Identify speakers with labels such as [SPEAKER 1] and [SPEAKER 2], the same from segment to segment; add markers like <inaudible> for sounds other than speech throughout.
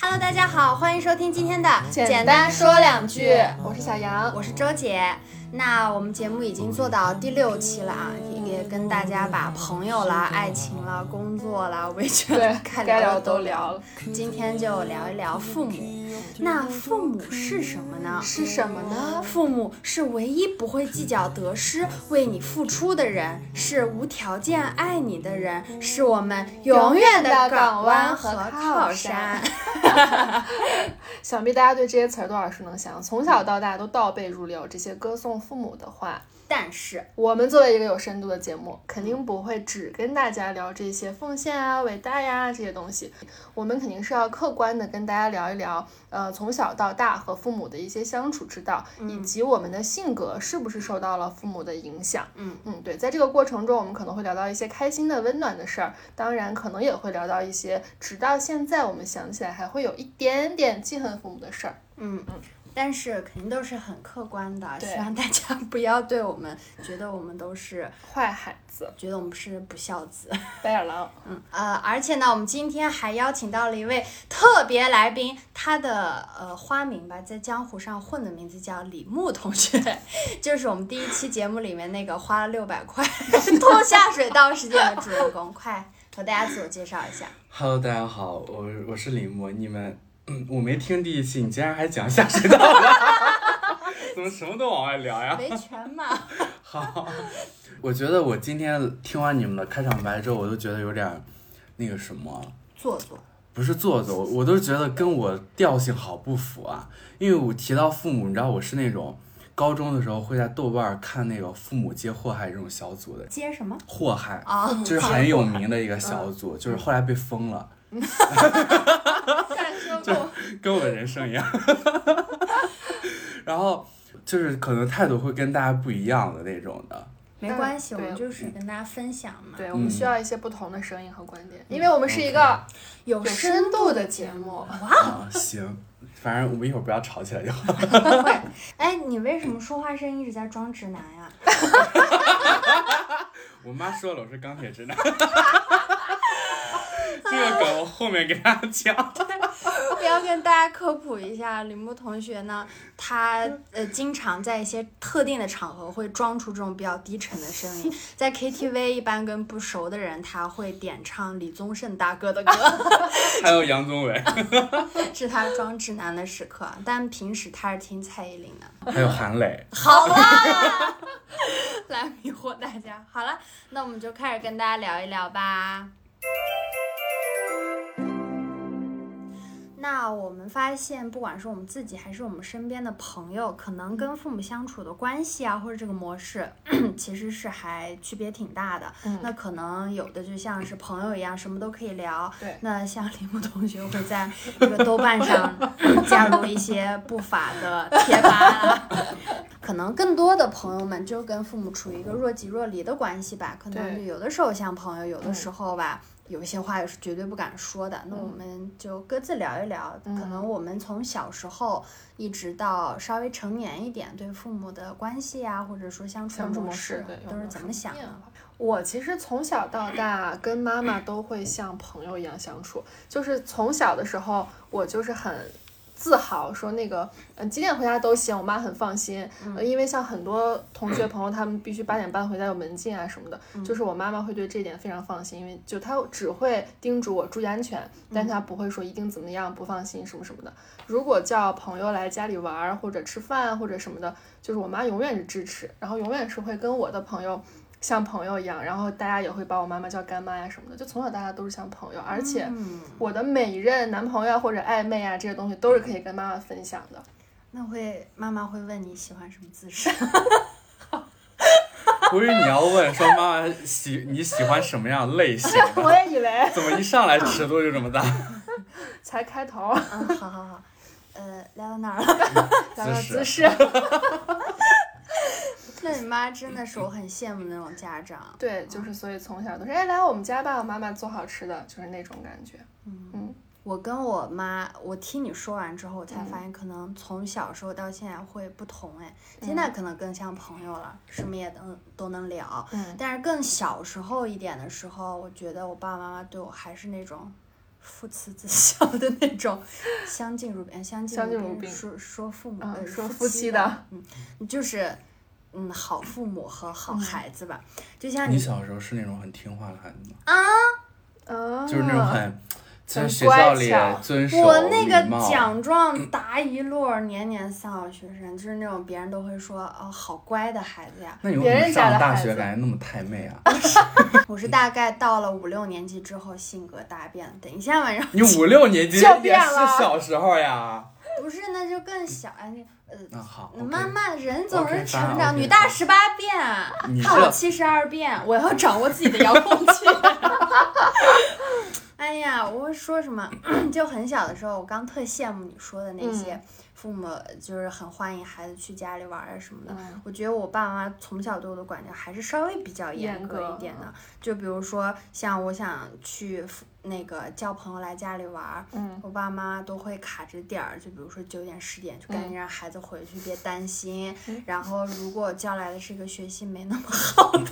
[SPEAKER 1] Hello，大家好，欢迎收听今天的
[SPEAKER 2] 简单说两句，我是小杨。
[SPEAKER 1] 我是周姐。那我们节目已经做到第六期了啊，也也跟大家把朋友啦、爱情啦、工作啦、维 <laughs> 权
[SPEAKER 2] 对
[SPEAKER 1] 啦，
[SPEAKER 2] 该
[SPEAKER 1] 聊
[SPEAKER 2] 聊
[SPEAKER 1] 的
[SPEAKER 2] 的都
[SPEAKER 1] 聊
[SPEAKER 2] 聊
[SPEAKER 1] 了
[SPEAKER 2] 了。
[SPEAKER 1] 今天就聊一聊父母。那父母是什么呢？
[SPEAKER 2] 是什么呢？
[SPEAKER 1] 父母是唯一不会计较得失、为你付出的人，是无条件爱你的人，是我们永远的港湾和靠山。
[SPEAKER 2] 想必大家对这些词儿都耳熟能详，从小到大都倒背如流。这些歌颂父母的话，
[SPEAKER 1] 但是，
[SPEAKER 2] 我们作为一个有深度的节目，肯定不会只跟大家聊这些奉献啊、伟大呀、这些东西。我们肯定是要客观的跟大家聊一聊，呃，从小到大和父母的一些相处之道，以及我们的性格是不是受到了父母的影响。
[SPEAKER 1] 嗯
[SPEAKER 2] 嗯，对，在这个过程中，我们可能会聊到一些开心的、温暖的事儿，当然可能也会聊到一些直到现在我们想起来还会有一点点记恨父母的事儿。
[SPEAKER 1] 嗯，但是肯定都是很客观的，
[SPEAKER 2] 对
[SPEAKER 1] 希望大家不要对我们觉得我们都是
[SPEAKER 2] 坏孩子，
[SPEAKER 1] 觉得我们是不孝子。
[SPEAKER 2] 白眼狼。
[SPEAKER 1] 嗯，呃，而且呢，我们今天还邀请到了一位特别来宾，他的呃花名吧，在江湖上混的名字叫李牧同学， <laughs> 就是我们第一期节目里面那个花了六百块偷下水道事件的主人公，快和大家自我介绍一下。
[SPEAKER 3] Hello，大家好，我我是李默，你们，嗯，我没听第一期，你竟然还讲下水道了， <laughs> 怎么什么都往外聊
[SPEAKER 2] 啊
[SPEAKER 3] 呀？
[SPEAKER 1] 维权嘛，
[SPEAKER 3] 好，我觉得我今天听完你们的开场白之后，我都觉得有点儿那个什么，
[SPEAKER 1] 做作。
[SPEAKER 3] 不是做作，我都觉得跟我调性好不符啊。因为我提到父母，你知道我是那种高中的时候会在豆瓣儿看那个《父母皆祸害》这种小组的
[SPEAKER 1] 接什么？
[SPEAKER 3] 祸害，
[SPEAKER 1] 啊、
[SPEAKER 3] 就是很有名的一个小组，就是后来被封了，
[SPEAKER 2] 干说过，
[SPEAKER 3] 跟我的人生一样。然后就是可能态度会跟大家不一样的那种的，
[SPEAKER 1] 没关系，我
[SPEAKER 2] 对
[SPEAKER 1] 们就是跟大家分享嘛。
[SPEAKER 2] 对我们需要一些不同的声音和观点，因为我们是一个
[SPEAKER 3] OK
[SPEAKER 1] 有
[SPEAKER 2] 有
[SPEAKER 1] 深
[SPEAKER 2] 深度的节目。 <laughs>
[SPEAKER 3] 啊、行，反正我们一会儿不要吵起来就好。
[SPEAKER 1] 度会。哎，你为什么说话声音一直在装直男啊呀、
[SPEAKER 3] 我妈说了，我是钢铁直男。这个梗我后面给大家讲。
[SPEAKER 1] <laughs> 要跟大家科普一下，李牧同学呢，他呃经常在一些特定的场合会装出这种比较低沉的声音，在 KTV 一般跟不熟的人，他会点唱李宗盛大哥的歌， <laughs>
[SPEAKER 3] 还有杨宗纬，
[SPEAKER 1] 是他装直男的时刻。但平时他是听蔡依林的。
[SPEAKER 3] 还有韩磊。
[SPEAKER 1] 好啦， <laughs> 来迷惑大家。好了，那我们就开始跟大家聊一聊吧。那我们发现，不管是我们自己还是我们身边的朋友，可能跟父母相处的关系啊，或者这个模式， <clears throat> 其实是还区别挺大的。
[SPEAKER 2] 嗯
[SPEAKER 1] 那可能有的就像是朋友一样，什么都可以聊。
[SPEAKER 2] 对
[SPEAKER 1] 那像李牧同学会在这个豆瓣
[SPEAKER 2] <laughs>
[SPEAKER 1] 上加入一些不法的贴吧啊、可能更多的朋友们就跟父母处于一个若即若离的关系吧，可能
[SPEAKER 2] 对嗯
[SPEAKER 1] 有的时候像朋友，有的时候吧，有一些话也是绝对不敢说的。那我
[SPEAKER 2] 嗯
[SPEAKER 1] 们就各自聊一聊，可能我们从小时候一直到稍微成年一点，对父母的关系呀、或者说相处
[SPEAKER 2] 相处
[SPEAKER 1] 模
[SPEAKER 2] 模
[SPEAKER 1] 式
[SPEAKER 2] 式对有
[SPEAKER 1] 都
[SPEAKER 2] 没
[SPEAKER 1] 是
[SPEAKER 2] 有
[SPEAKER 1] 怎
[SPEAKER 2] 什
[SPEAKER 1] 么
[SPEAKER 2] 么
[SPEAKER 1] 想的
[SPEAKER 2] 变？化我其实从小到大跟妈妈都会像朋友一样相处，就是从小的时候我就是很。自豪说那个，嗯，几点回家都行，我妈很放心。呃，因为像很多同学朋友，他们必须八点半回家有门禁啊什么的，就是我妈妈会对这一点非常放心，因为就她只会叮嘱我注意安全，但她不会说一定怎么样不放心什么什么的。如果叫朋友来家里玩儿或者吃饭或者什么的，就是我妈永远是支持，然后永远是会跟我的朋友像朋友一样，然后大家也会把我妈妈叫干妈呀什么的，就从小到大都是像朋友，而且
[SPEAKER 1] 嗯，
[SPEAKER 2] 我的每一任男朋友啊或者暧昧啊这些东西都是可以跟妈妈分享的。
[SPEAKER 1] 那会妈妈会问你喜欢什么姿势？
[SPEAKER 3] 不是你要问说妈妈喜你喜欢什么样类型？
[SPEAKER 2] 我也以为
[SPEAKER 3] 怎么一上来尺度就这么大？
[SPEAKER 2] 才开头，
[SPEAKER 1] 嗯， <laughs> 好好好，呃，聊到哪儿了？ <laughs>
[SPEAKER 2] 咱们
[SPEAKER 3] 姿
[SPEAKER 2] 姿
[SPEAKER 3] 势啊
[SPEAKER 2] 势，
[SPEAKER 1] 那你妈真的是我很羡慕的那种家长。
[SPEAKER 2] 对，就是所以从小都是哎来我们家吧，我妈妈做好吃的，就是那种感觉。
[SPEAKER 1] 我跟我妈，我听你说完之后，我才发现可能从小时候到现在会不同哎，现在可能更像朋友了，什么也能都能聊。
[SPEAKER 2] 嗯
[SPEAKER 1] 但是更小时候一点的时候，我觉得我爸爸妈妈对我还是那种父慈子孝的那种，相敬如宾，相
[SPEAKER 2] 相敬
[SPEAKER 1] 如
[SPEAKER 2] 如宾
[SPEAKER 1] 说说父母，
[SPEAKER 2] 嗯
[SPEAKER 1] 呃
[SPEAKER 2] 说
[SPEAKER 1] 夫
[SPEAKER 2] 夫
[SPEAKER 1] 妻
[SPEAKER 2] 妻
[SPEAKER 1] 的
[SPEAKER 2] 的，
[SPEAKER 1] 嗯，就是，嗯，好父母和好孩子吧，就像
[SPEAKER 3] 你小时候是那种很听话的孩子吗？
[SPEAKER 2] 啊，
[SPEAKER 3] <laughs> 就是那种很在
[SPEAKER 2] 很
[SPEAKER 3] 学校
[SPEAKER 2] 乖
[SPEAKER 3] 里
[SPEAKER 2] 巧
[SPEAKER 3] 遵守
[SPEAKER 1] 我那
[SPEAKER 3] 礼
[SPEAKER 1] 个
[SPEAKER 3] 貌啊
[SPEAKER 1] 奖状答一摞，年年三好学生，就是那种别人都会说哦，好乖的孩子呀。
[SPEAKER 3] 那你为
[SPEAKER 2] 别
[SPEAKER 3] 什么
[SPEAKER 2] 人家
[SPEAKER 3] 上
[SPEAKER 2] 的
[SPEAKER 3] 大
[SPEAKER 2] 孩
[SPEAKER 3] 学
[SPEAKER 2] 子
[SPEAKER 3] 感觉那么太妹
[SPEAKER 2] <laughs>
[SPEAKER 3] 啊？
[SPEAKER 1] 我是大概到了五六年级之后性格大变了。等一下晚上
[SPEAKER 3] 你五六年级
[SPEAKER 2] 就
[SPEAKER 3] 也
[SPEAKER 2] 变
[SPEAKER 3] 是
[SPEAKER 2] 了
[SPEAKER 3] 小时候呀？
[SPEAKER 1] 不是，那就更小哎，那
[SPEAKER 2] 嗯
[SPEAKER 3] 那好
[SPEAKER 1] 那
[SPEAKER 3] ，OK，
[SPEAKER 1] 慢慢人总是
[SPEAKER 3] OK，
[SPEAKER 1] 成
[SPEAKER 3] 当然
[SPEAKER 1] 长，
[SPEAKER 3] ，OK，
[SPEAKER 1] 女大
[SPEAKER 3] 好
[SPEAKER 1] 十八变，
[SPEAKER 3] 你
[SPEAKER 1] 看我
[SPEAKER 3] 这
[SPEAKER 1] 七十二变，我要掌握自己的遥控器。 <laughs> 哎呀，我说什么？ <coughs> 就很小的时候，我刚特羡慕你说的
[SPEAKER 2] 嗯
[SPEAKER 1] 那些父母，就是很欢迎孩子去家里玩啊什么的。
[SPEAKER 2] 嗯
[SPEAKER 1] 我觉得我爸妈从小对我的管教还是稍微比较严
[SPEAKER 2] 严
[SPEAKER 1] 格
[SPEAKER 2] 格
[SPEAKER 1] 一点的，就比如说像我想去父那个叫朋友来家里玩儿，
[SPEAKER 2] 嗯
[SPEAKER 1] 我爸妈都会卡着点儿，就比如说九点十点，就赶紧让孩子回去，别担心。
[SPEAKER 2] 嗯
[SPEAKER 1] 然后如果叫来的是一个学习没那么好的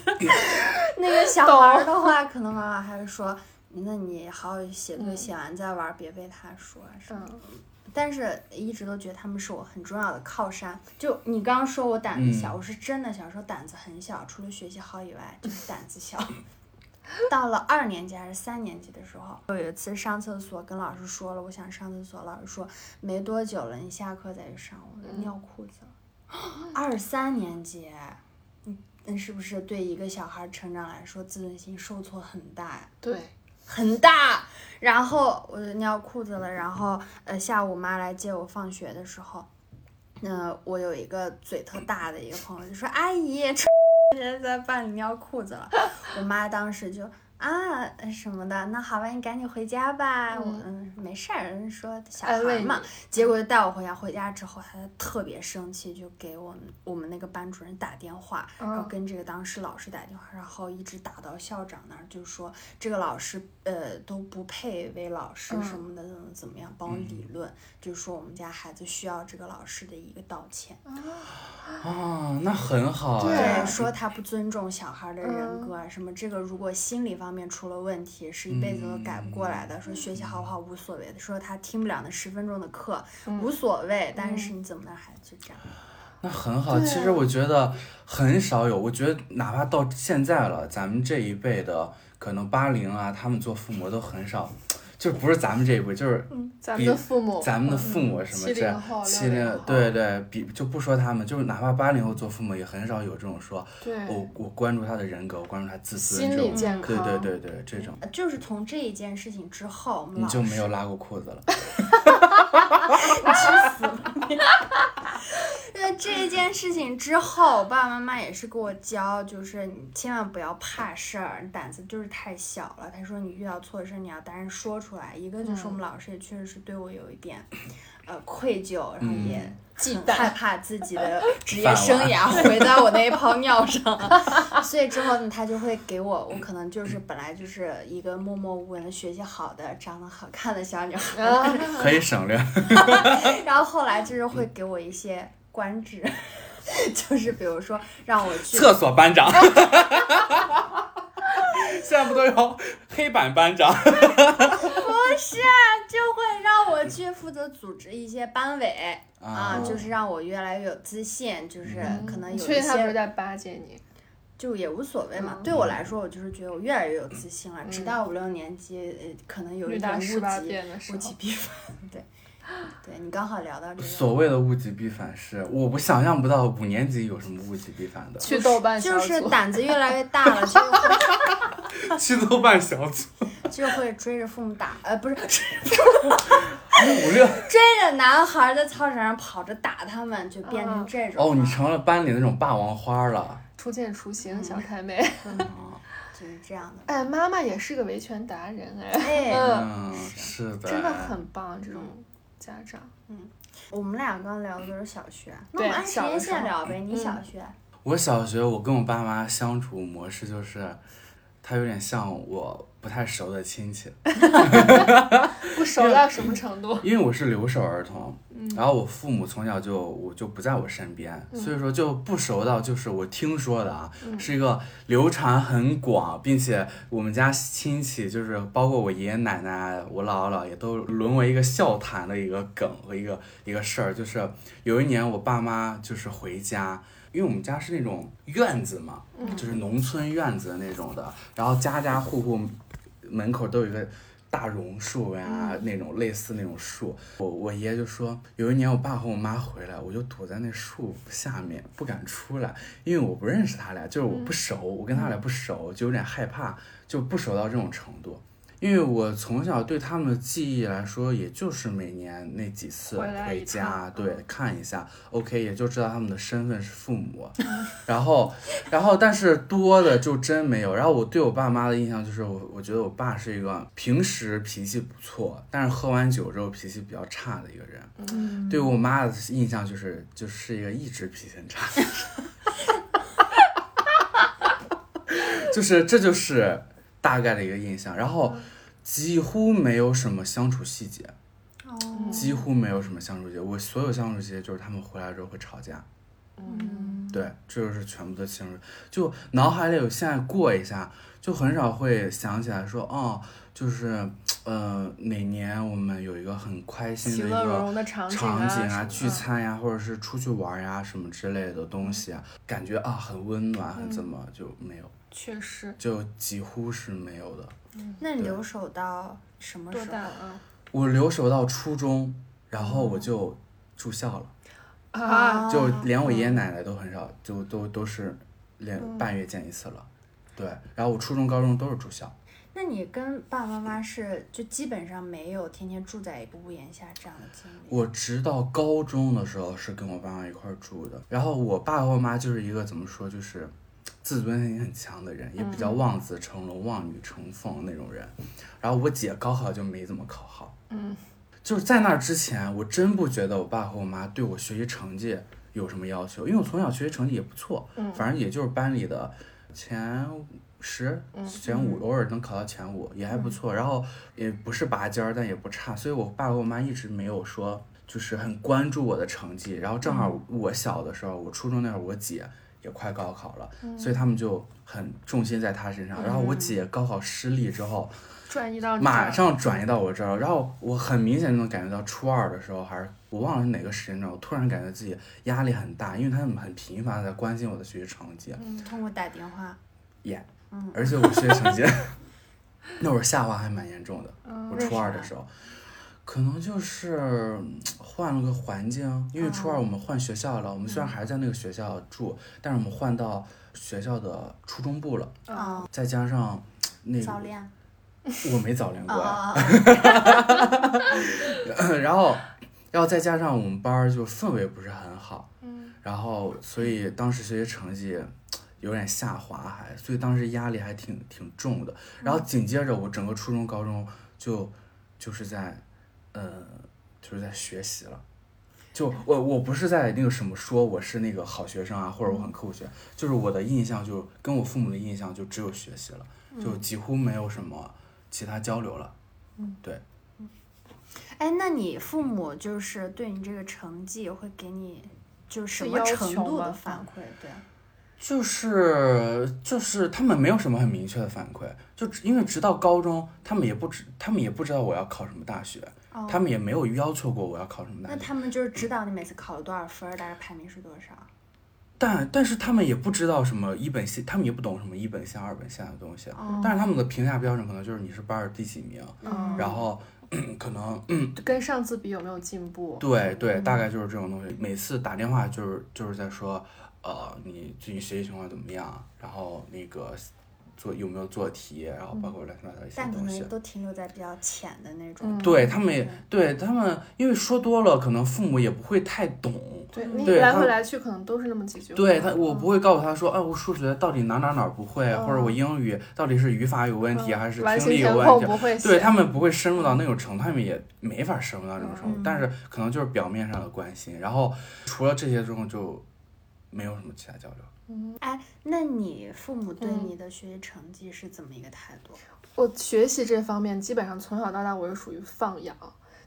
[SPEAKER 1] 那个小孩儿的话，可能妈妈还会说。那你好好写作，
[SPEAKER 2] 嗯
[SPEAKER 1] 写完再玩儿，别被他说啊什么的
[SPEAKER 2] 嗯
[SPEAKER 1] 但是一直都觉得他们是我很重要的靠山。就你刚刚说我胆子小，
[SPEAKER 3] 嗯
[SPEAKER 1] 我是真的小时候胆子很小，除了学习好以外，就是胆子小。 <laughs> 到了二年级还是三年级的时候，我有一次上厕所跟老师说了，我想上厕所，老师说没多久了，你下课再去上，我
[SPEAKER 2] 嗯
[SPEAKER 1] 尿裤子了。二三年级，嗯，那是不是对一个小孩成长来说，自尊心受挫很大呀？
[SPEAKER 2] 对，
[SPEAKER 1] 很大，然后我就尿裤子了，然后呃下午妈来接我放学的时候，那、我有一个嘴特大的一个朋友就说阿姨，人在班里尿裤子了，我妈当时就。啊，什么的，那好吧，你赶紧回家吧。我嗯，没事儿，说小孩
[SPEAKER 2] 安慰你
[SPEAKER 1] 嘛。结果就带我回家，回家之后她特别生气，就给我们我们那个班主任打电话，然后
[SPEAKER 2] 嗯
[SPEAKER 1] 跟这个当时老师打电话，然后一直打到校长那儿，就说这个老师呃都不配为老师
[SPEAKER 2] 嗯
[SPEAKER 1] 什么的，怎么怎么样，帮我
[SPEAKER 3] 嗯
[SPEAKER 1] 理论，就说我们家孩子需要这个老师的一个道歉，
[SPEAKER 3] 啊，那很好
[SPEAKER 2] 对啊
[SPEAKER 3] 哎
[SPEAKER 1] 对，。说他不尊重小孩的
[SPEAKER 2] 嗯
[SPEAKER 1] 人格啊什么，这个如果心理方面出了问题，是一辈子都改不过来的。说学习好不好无所谓的，说他听不了那十分钟的课
[SPEAKER 2] 嗯
[SPEAKER 1] 无所谓，但是你怎么让孩子就这样？
[SPEAKER 3] 那很好，
[SPEAKER 2] 对
[SPEAKER 3] 其
[SPEAKER 2] 啊
[SPEAKER 3] 实我觉得很少有，我觉得哪怕到现在了，咱们这一辈的可能八零啊，他们做父母都很少，就不是咱们这一辈，就是
[SPEAKER 2] 咱们的父母，
[SPEAKER 3] 咱们的父母什么
[SPEAKER 2] 70
[SPEAKER 3] 这
[SPEAKER 2] 后
[SPEAKER 3] 七
[SPEAKER 2] 60
[SPEAKER 3] 零
[SPEAKER 2] 后
[SPEAKER 3] 对对，比就不说他们，就是哪怕八零后做父母也很少有这种说，哦
[SPEAKER 2] 对
[SPEAKER 3] 我我关注他的人格，我关注他自尊
[SPEAKER 2] 心
[SPEAKER 3] 这
[SPEAKER 2] 理
[SPEAKER 3] 种，
[SPEAKER 2] 健
[SPEAKER 3] 对
[SPEAKER 2] 康，
[SPEAKER 3] 对对对，这种
[SPEAKER 1] 呃就是从这一件事情之后，我们
[SPEAKER 3] 你
[SPEAKER 1] 老
[SPEAKER 3] 就没
[SPEAKER 1] 师
[SPEAKER 3] 有拉过裤子了。
[SPEAKER 1] 那这件事情之后，爸爸妈妈也是给我教，就是你千万不要怕事儿，你胆子就是太小了。他说你遇到错事儿，你要大声说出来。一个就是我们老师也确实是对我有一点，呃，愧疚，然后也
[SPEAKER 3] 嗯
[SPEAKER 1] 很害怕自己的职业生涯回到我那一泡尿上。 <laughs> 所以之后呢，他就会给我，我可能就是本来就是一个默默无闻的、学习好的、长得好看的小女孩，
[SPEAKER 2] 啊，
[SPEAKER 3] 可以省略。
[SPEAKER 1] 然后后来就是会给我一些官职， <laughs> 就是比如说让我去，
[SPEAKER 3] 厕所班长，现在不都有黑板班长？
[SPEAKER 1] 啊就会让我去负责组织一些班委啊，就是让我越来越有自信，就是可能
[SPEAKER 2] 嗯你
[SPEAKER 1] 有
[SPEAKER 2] 确
[SPEAKER 1] 一
[SPEAKER 2] 定他不是
[SPEAKER 1] 些
[SPEAKER 2] 在巴结你？
[SPEAKER 1] 就也无所谓嘛。
[SPEAKER 2] 嗯
[SPEAKER 1] 对我来说，我就是觉得我越来越有自信了。直
[SPEAKER 2] 嗯
[SPEAKER 1] 到五六年级，呃可能有一
[SPEAKER 2] 女
[SPEAKER 1] 点
[SPEAKER 2] 大
[SPEAKER 1] 物
[SPEAKER 2] 十八
[SPEAKER 1] 极
[SPEAKER 2] 变的时
[SPEAKER 1] 物
[SPEAKER 2] 候，
[SPEAKER 1] 极必反，对。对你刚好聊到这个，
[SPEAKER 3] 所谓的物极必反是，我我想象不到五年级有什么物极必反
[SPEAKER 2] <laughs>
[SPEAKER 3] 的。
[SPEAKER 2] 去豆瓣小
[SPEAKER 1] 就是
[SPEAKER 2] 组，
[SPEAKER 1] 胆子越来越大了，就会
[SPEAKER 3] 去豆瓣小组，
[SPEAKER 1] 就会追着父母打，呃，不是
[SPEAKER 3] 五六
[SPEAKER 1] 追着男孩在操场上跑着打他们，就变
[SPEAKER 2] 嗯
[SPEAKER 1] 成这种
[SPEAKER 3] 哦，
[SPEAKER 1] 了。
[SPEAKER 3] 你成了班里那种霸王花了。
[SPEAKER 2] 初见
[SPEAKER 1] 嗯
[SPEAKER 2] 雏形，小太妹。
[SPEAKER 1] 就是这样的。
[SPEAKER 2] 哎，妈妈也是个维权达人哎，
[SPEAKER 1] 哎，
[SPEAKER 2] 嗯
[SPEAKER 3] 嗯，是的，
[SPEAKER 2] 真的很棒，
[SPEAKER 1] 嗯
[SPEAKER 2] 这种家长。
[SPEAKER 1] 我们俩刚聊的都是小学，那我
[SPEAKER 2] 对
[SPEAKER 1] 们按时
[SPEAKER 2] 小
[SPEAKER 1] 间
[SPEAKER 2] 的时
[SPEAKER 1] 线
[SPEAKER 2] 候嗯
[SPEAKER 1] 聊呗。你小学，
[SPEAKER 3] 我小学我跟我爸妈相处模式就是，他有点像我不太熟的亲戚，
[SPEAKER 2] 不熟到什么程度？
[SPEAKER 3] 因为我是留守儿童，然后我父母从小就我就不在我身边，所以说就不熟到就是我听说的啊，是一个流传很广，并且我们家亲戚就是包括我爷爷奶奶、我姥姥姥爷都沦为一个笑谈的一个梗和一个一个事儿，就是有一年我爸妈就是回家。因为我们家是那种院子嘛，
[SPEAKER 2] 嗯
[SPEAKER 3] 就是农村院子的那种的，然后家家户户门口都有一个大榕树呀、
[SPEAKER 2] 嗯
[SPEAKER 3] 那种类似那种树。我我爷就说，有一年我爸和我妈回来，我就躲在那树下面不敢出来，因为我不认识他俩，就是
[SPEAKER 2] 嗯
[SPEAKER 3] 我不熟，我跟他俩不熟，就有点害怕，就不熟到这种程度。因为我从小对他们的记忆来说，也就是每年那几次
[SPEAKER 2] 回来一
[SPEAKER 3] 回家，
[SPEAKER 2] 趟嗯
[SPEAKER 3] 对，看一下，OK，也就知道他们的身份是父母，然后，然后但是多的就真没有。然后我对我爸妈的印象就是我，我觉得我爸是一个平时脾气不错，但是喝完酒之后脾气比较差的一个人。
[SPEAKER 1] 嗯，
[SPEAKER 3] 对我妈的印象就是就是一个一直脾气很差的人， <laughs> 就是这就是大概的一个印象，然后几乎没有什么相处细节，
[SPEAKER 2] 嗯
[SPEAKER 1] 哦
[SPEAKER 3] 几乎没有什么相处细节，我所有相处细节就是他们回来之后会吵架，
[SPEAKER 1] 嗯，
[SPEAKER 3] 对，这就是全部的相处，就脑海里有现在过一下，就很少会想起来说哦，就是呃哪年我们有一个很开心
[SPEAKER 2] 其
[SPEAKER 3] 的一
[SPEAKER 2] 乐
[SPEAKER 3] 个
[SPEAKER 2] 融融的场景
[SPEAKER 3] 场景
[SPEAKER 2] 啊，
[SPEAKER 3] 聚餐呀、或者是出去玩呀、什么之类的东西啊，感觉啊很温暖，很
[SPEAKER 2] 嗯
[SPEAKER 3] 怎么就没有，
[SPEAKER 2] 确实
[SPEAKER 3] 就几乎是没有的。
[SPEAKER 1] 那你留守到什么时
[SPEAKER 2] 多
[SPEAKER 1] 候
[SPEAKER 2] 大？啊？
[SPEAKER 3] 我留守到初中，然后
[SPEAKER 2] 哦
[SPEAKER 3] 我就住校了，
[SPEAKER 1] 哦
[SPEAKER 2] 啊，
[SPEAKER 3] 就连我爷爷奶奶都很少，就都都是连半月见一次了。对，然后我初中、高中都是住校，
[SPEAKER 1] 那你跟爸爸妈妈是就基本上没有天天住在一个屋檐下这样的经历？
[SPEAKER 3] 我直到高中的时候是跟我爸妈一块儿住的，然后我爸和我妈就是一个怎么说，就是自尊心很强的人，也比
[SPEAKER 2] 嗯
[SPEAKER 3] 较望子成龙、望女成凤那种人。然后我姐高考就没怎么考好，
[SPEAKER 2] 嗯，
[SPEAKER 3] 就是在那之前，我真不觉得我爸和我妈对我学习成绩有什么要求，因为我从小学习成绩也不错，
[SPEAKER 2] 嗯
[SPEAKER 3] 反正也就是班里的前十、
[SPEAKER 2] 嗯
[SPEAKER 3] 前五，偶尔能考到前五，也还不错。然后也不是拔尖儿，但也不差，所以我爸和我妈一直没有说就是很关注我的成绩。然后正好我小的时候，我初中那会儿，我姐也快高考了，所以他们就很重心在她身上。然后我姐高考失利之后，
[SPEAKER 2] 转移到你这
[SPEAKER 3] 马
[SPEAKER 2] 儿
[SPEAKER 3] 上转移到我这儿，然后我很明显就能感觉到初二的时候，还是我忘了是哪个时间段，我突然感觉自己压力很大，因为他们很频繁的在关心我的学习成绩，
[SPEAKER 1] 通过打电话，
[SPEAKER 3] 而且我学习成绩那会儿下滑还蛮严重的，
[SPEAKER 2] 嗯
[SPEAKER 3] 我
[SPEAKER 1] 为
[SPEAKER 3] 初二的
[SPEAKER 1] 啥
[SPEAKER 3] 时候，可能就是嗯换了个环境，啊因为初二我们换学校了，我们虽然还在那个学校住，但是我们换到学校的初中部了，
[SPEAKER 1] 啊，
[SPEAKER 3] 再加上那个
[SPEAKER 1] 早恋
[SPEAKER 3] 我没早恋
[SPEAKER 1] 啊
[SPEAKER 3] 过呀。
[SPEAKER 1] 啊，
[SPEAKER 3] <laughs> 然后，然后再加上我们班儿就氛围不是很好，
[SPEAKER 2] 嗯，
[SPEAKER 3] 然后所以当时学习成绩有点下滑还，所以当时压力还挺挺重的。
[SPEAKER 1] 嗯
[SPEAKER 3] 然后紧接着我整个初中、高中就就是在，呃，就是在学习了。就我我不是在那个什么说我是那个好学生啊，或者
[SPEAKER 1] 嗯
[SPEAKER 3] 我很扣学，就是我的印象就跟我父母的印象就只有学习了，
[SPEAKER 1] 嗯
[SPEAKER 3] 就几乎没有什么其他交流了。
[SPEAKER 1] 哎，那你父母就是对你这个成绩会给你就是什
[SPEAKER 2] 是
[SPEAKER 1] 么
[SPEAKER 2] 要
[SPEAKER 1] 程
[SPEAKER 2] 求
[SPEAKER 1] 度的
[SPEAKER 2] 吗
[SPEAKER 1] 反馈？对，啊
[SPEAKER 3] 就是就是他们没有什么很明确的反馈，就只因为直到高中，他们也不知他们也不知道我要考什么大学，
[SPEAKER 1] 哦
[SPEAKER 3] 他们也没有要求过我要考什么大
[SPEAKER 1] 那
[SPEAKER 3] 学，
[SPEAKER 1] 他们就是指导你每次考了多少分儿，大概排名是多少？
[SPEAKER 3] 但但是他们也不知道什么一本线，他们也不懂什么一本线、二本线的东西，啊
[SPEAKER 1] 哦
[SPEAKER 3] 但是他们的评价标准可能就是你是班儿第几名，
[SPEAKER 1] 嗯
[SPEAKER 3] 然后可能
[SPEAKER 2] 跟上次比有没有进步？
[SPEAKER 3] 对对，大概就是这种东西。每次打电话就是就是在说，呃，你最近学习情况怎么样？然后那个做有没有做题？然后包括乱七八糟一些
[SPEAKER 1] 但可
[SPEAKER 3] 东西
[SPEAKER 1] 能。都停留在比较浅的那种。
[SPEAKER 3] 对他们也对他们，因为说多了，可能父母也不会太懂。
[SPEAKER 2] 对你
[SPEAKER 3] 对
[SPEAKER 2] 来
[SPEAKER 3] 他
[SPEAKER 2] 回来去可能都是那么几句话。嗯
[SPEAKER 3] 对他，我不会告诉他说，啊，我数学到底哪哪哪儿不会，或
[SPEAKER 1] 嗯
[SPEAKER 3] 者我英语到底是语法有问题还是
[SPEAKER 2] 完
[SPEAKER 3] 听
[SPEAKER 2] 形
[SPEAKER 3] 力有
[SPEAKER 2] 填
[SPEAKER 3] 问
[SPEAKER 2] 空
[SPEAKER 3] 题？
[SPEAKER 2] 不会写。
[SPEAKER 3] 对他们不会深入到那种程度，他们也没法深入到这种程度，
[SPEAKER 1] 嗯
[SPEAKER 3] 但是可能就是表面上的关心。然后除了这些之后，就没有什么其他交流。
[SPEAKER 1] 哎，那你父母对你的学习成绩是怎么一个态度？
[SPEAKER 2] 我学习这方面基本上从小到大我是属于放养，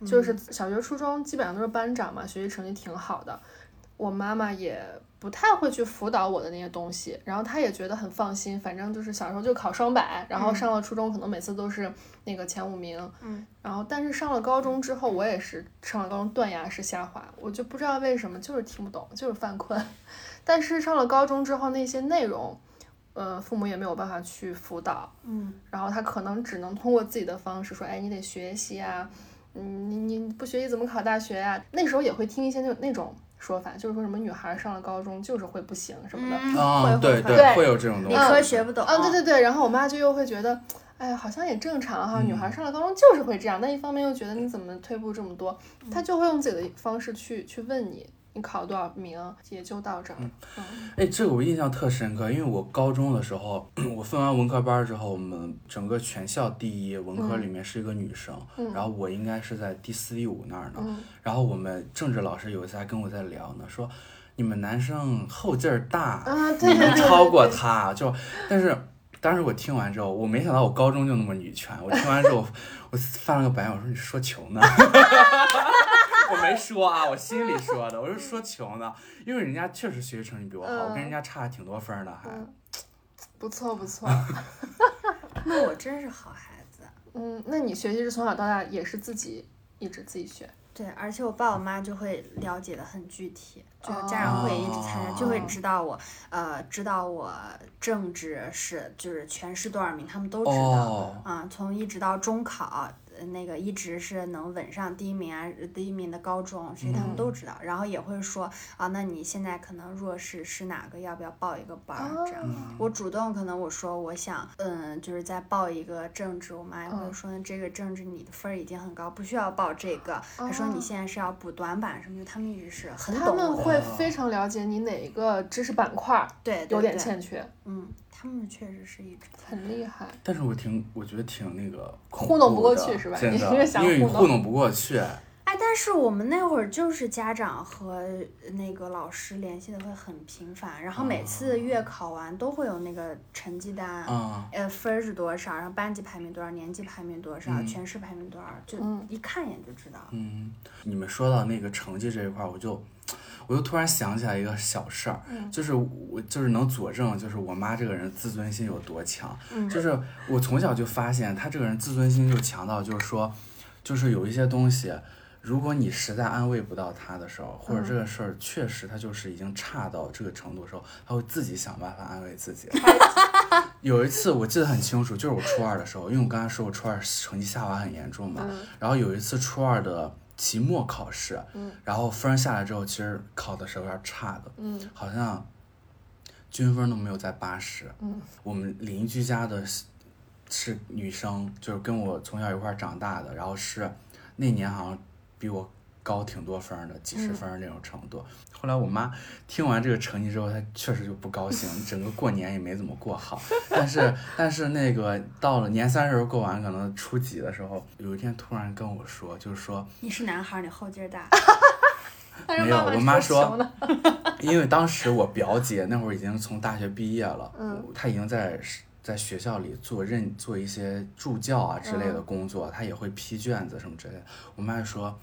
[SPEAKER 2] 就是小学、初中基本上都是班长嘛，学习成绩挺好的。我妈妈也不太会去辅导我的那些东西，然后她也觉得很放心，反正就是小时候就考双百，然后上了初中可能每次都是那个前五名，
[SPEAKER 1] 嗯，
[SPEAKER 2] 然后但是上了高中之后，我也是上了高中断崖式下滑，我就不知道为什么，就是听不懂，就是犯困。 <laughs> 但是上了高中之后，那些内容，呃，父母也没有办法去辅导，
[SPEAKER 1] 嗯
[SPEAKER 2] 然后他可能只能通过自己的方式说，哎，你得学习啊，嗯，你你不学习怎么考大学啊？那时候也会听一些那那种说法，就是说什么女孩上了高中就是会不行什么的，
[SPEAKER 1] 嗯，
[SPEAKER 3] 啊、
[SPEAKER 1] 会
[SPEAKER 3] 对嗯
[SPEAKER 1] 会
[SPEAKER 2] 对
[SPEAKER 3] 会有这种东
[SPEAKER 1] 理
[SPEAKER 3] 西。
[SPEAKER 1] 科学嗯不懂
[SPEAKER 2] 啊，对对对，然后我妈就又会觉得，哎，好像也正常哈，女
[SPEAKER 1] 嗯
[SPEAKER 2] 孩上了高中就是会这样，但一方面又觉得你怎么退步这么多，
[SPEAKER 1] 嗯
[SPEAKER 2] 她就会用自己的方式去去问你，你考了多少名，也就到这儿，嗯
[SPEAKER 3] 哎，这个我印象特深刻，因为我高中的时候， <clears throat> 我分完文科班儿之后，我们整个全校第一，文科里面是一个女生，
[SPEAKER 2] 嗯
[SPEAKER 3] 然后我应该是在第四、第五那儿呢。
[SPEAKER 2] 嗯
[SPEAKER 3] 然后我们政治老师有一次还跟我在聊呢，说你们男生后劲儿大，
[SPEAKER 1] <laughs>
[SPEAKER 2] 啊，
[SPEAKER 3] <laughs> 你
[SPEAKER 2] 对对
[SPEAKER 3] 能
[SPEAKER 2] 对，
[SPEAKER 1] 嗯
[SPEAKER 3] 超过
[SPEAKER 2] 对
[SPEAKER 3] 他，啊就但是。当时我听完之后，我没想到我高中就那么女权。我听完之后，我翻了个白眼，我说你说球呢？ <laughs> 我没说啊，我心里说的，我是说球呢，因为人家确实学习成绩比我好，我跟人家差挺多分儿的，还
[SPEAKER 2] 嗯不错不错，
[SPEAKER 1] 那我真是好孩子。
[SPEAKER 2] 嗯，那你学习是从小到大也是自己一直自己学，
[SPEAKER 1] 对，而且我爸我妈就会了解的很具体，就是家长
[SPEAKER 2] 哦
[SPEAKER 1] 会一直参加，就会
[SPEAKER 2] 哦
[SPEAKER 1] 知道我，呃，知道我政治是就是全市多少名，他们都知道。
[SPEAKER 3] 哦，
[SPEAKER 1] 啊，从一直到中考，呃那个一直是能稳上第一名啊，第一名的高中，所以
[SPEAKER 2] 嗯
[SPEAKER 1] 他们都知道。然后也会说啊，那你现在可能弱势是哪个，要不要报一个班
[SPEAKER 2] 啊
[SPEAKER 1] 儿？啊这样，
[SPEAKER 2] 哦
[SPEAKER 3] 哦
[SPEAKER 1] 我主动可能我说我想，嗯，就是再报一个政治，我妈也会
[SPEAKER 2] 嗯
[SPEAKER 1] 说这个政治你的分儿已经很高，不需要报这个。她说
[SPEAKER 2] 哦
[SPEAKER 1] 你现在是要补短板什么的，他们一直是很
[SPEAKER 2] 他
[SPEAKER 1] 懂
[SPEAKER 2] 们
[SPEAKER 1] 我的。
[SPEAKER 2] 会非常了解你哪一个知识板块儿
[SPEAKER 1] 对，对
[SPEAKER 2] 有点
[SPEAKER 1] 对
[SPEAKER 2] 欠缺，
[SPEAKER 1] 嗯，他们确实是一直
[SPEAKER 2] 很厉害。
[SPEAKER 3] <laughs> 但是我挺，我觉得挺那个恐
[SPEAKER 2] 糊弄不
[SPEAKER 3] 怖
[SPEAKER 2] 过
[SPEAKER 3] 的
[SPEAKER 2] 去是吧
[SPEAKER 3] 真
[SPEAKER 2] 你
[SPEAKER 3] 的，
[SPEAKER 2] 是 <laughs> 想
[SPEAKER 3] 因为你
[SPEAKER 2] 糊弄
[SPEAKER 3] 糊弄不过去，
[SPEAKER 1] 哎，但是我们那会儿就是家长和那个老师联系的会很频繁，然后每
[SPEAKER 3] 哦
[SPEAKER 1] 次月考完都会有那个成绩单，
[SPEAKER 3] 啊、
[SPEAKER 1] 呃，分儿是多少，然后班级排名多少，年级排名多少，
[SPEAKER 3] 嗯
[SPEAKER 1] 全市排名多少，就
[SPEAKER 2] 嗯
[SPEAKER 1] 一看一眼就知道。
[SPEAKER 3] 嗯，你们说到那个成绩这一块儿，我就我就突然想起来一个小事儿，
[SPEAKER 2] 嗯
[SPEAKER 3] 就是我就是能佐证，就是我妈这个人自尊心有多强。
[SPEAKER 1] 嗯
[SPEAKER 3] 就是我从小就发现她这个人自尊心就强到，就是说，就是有一些东西，如果你实在安慰不到她的时候，或者这个事儿确实她就是已经差到这个程度的时候，她会自己想办法安慰自己。有一次我记得很清楚，就是我初二的时候，因为我刚才说我初二成绩下滑很严重嘛，
[SPEAKER 2] 嗯
[SPEAKER 3] 然后有一次初二的期末考试，
[SPEAKER 2] 嗯
[SPEAKER 3] 然后分儿下来之后，其实考的是有点差的，
[SPEAKER 2] 嗯
[SPEAKER 3] 好像均分都没有在八十。
[SPEAKER 2] 嗯
[SPEAKER 3] 我们邻居家的是是女生，就是跟我从小一块儿长大的，然后是那年好像比我高挺多分儿的，几
[SPEAKER 2] 嗯
[SPEAKER 3] 十分儿那种程度。后来我妈听完这个成绩之后，她确实就不高兴，整个过年也没怎么过好。但是 <laughs> 但是那个到了年三十儿过完，可能初几的时候，有一天突然跟我说，就是说。
[SPEAKER 1] 你是男孩儿，你后劲儿大。
[SPEAKER 2] 但是
[SPEAKER 3] 没有
[SPEAKER 2] 妈
[SPEAKER 3] 我妈
[SPEAKER 2] 说
[SPEAKER 3] 说
[SPEAKER 2] 穷呢，
[SPEAKER 3] 因为当时我表姐那会儿已经从大学毕业了，
[SPEAKER 2] 嗯
[SPEAKER 3] 她已经在是在学校里做任做一些助教啊之类
[SPEAKER 2] 嗯
[SPEAKER 3] 的工作，她也会批卷子什么之类的。我妈就说，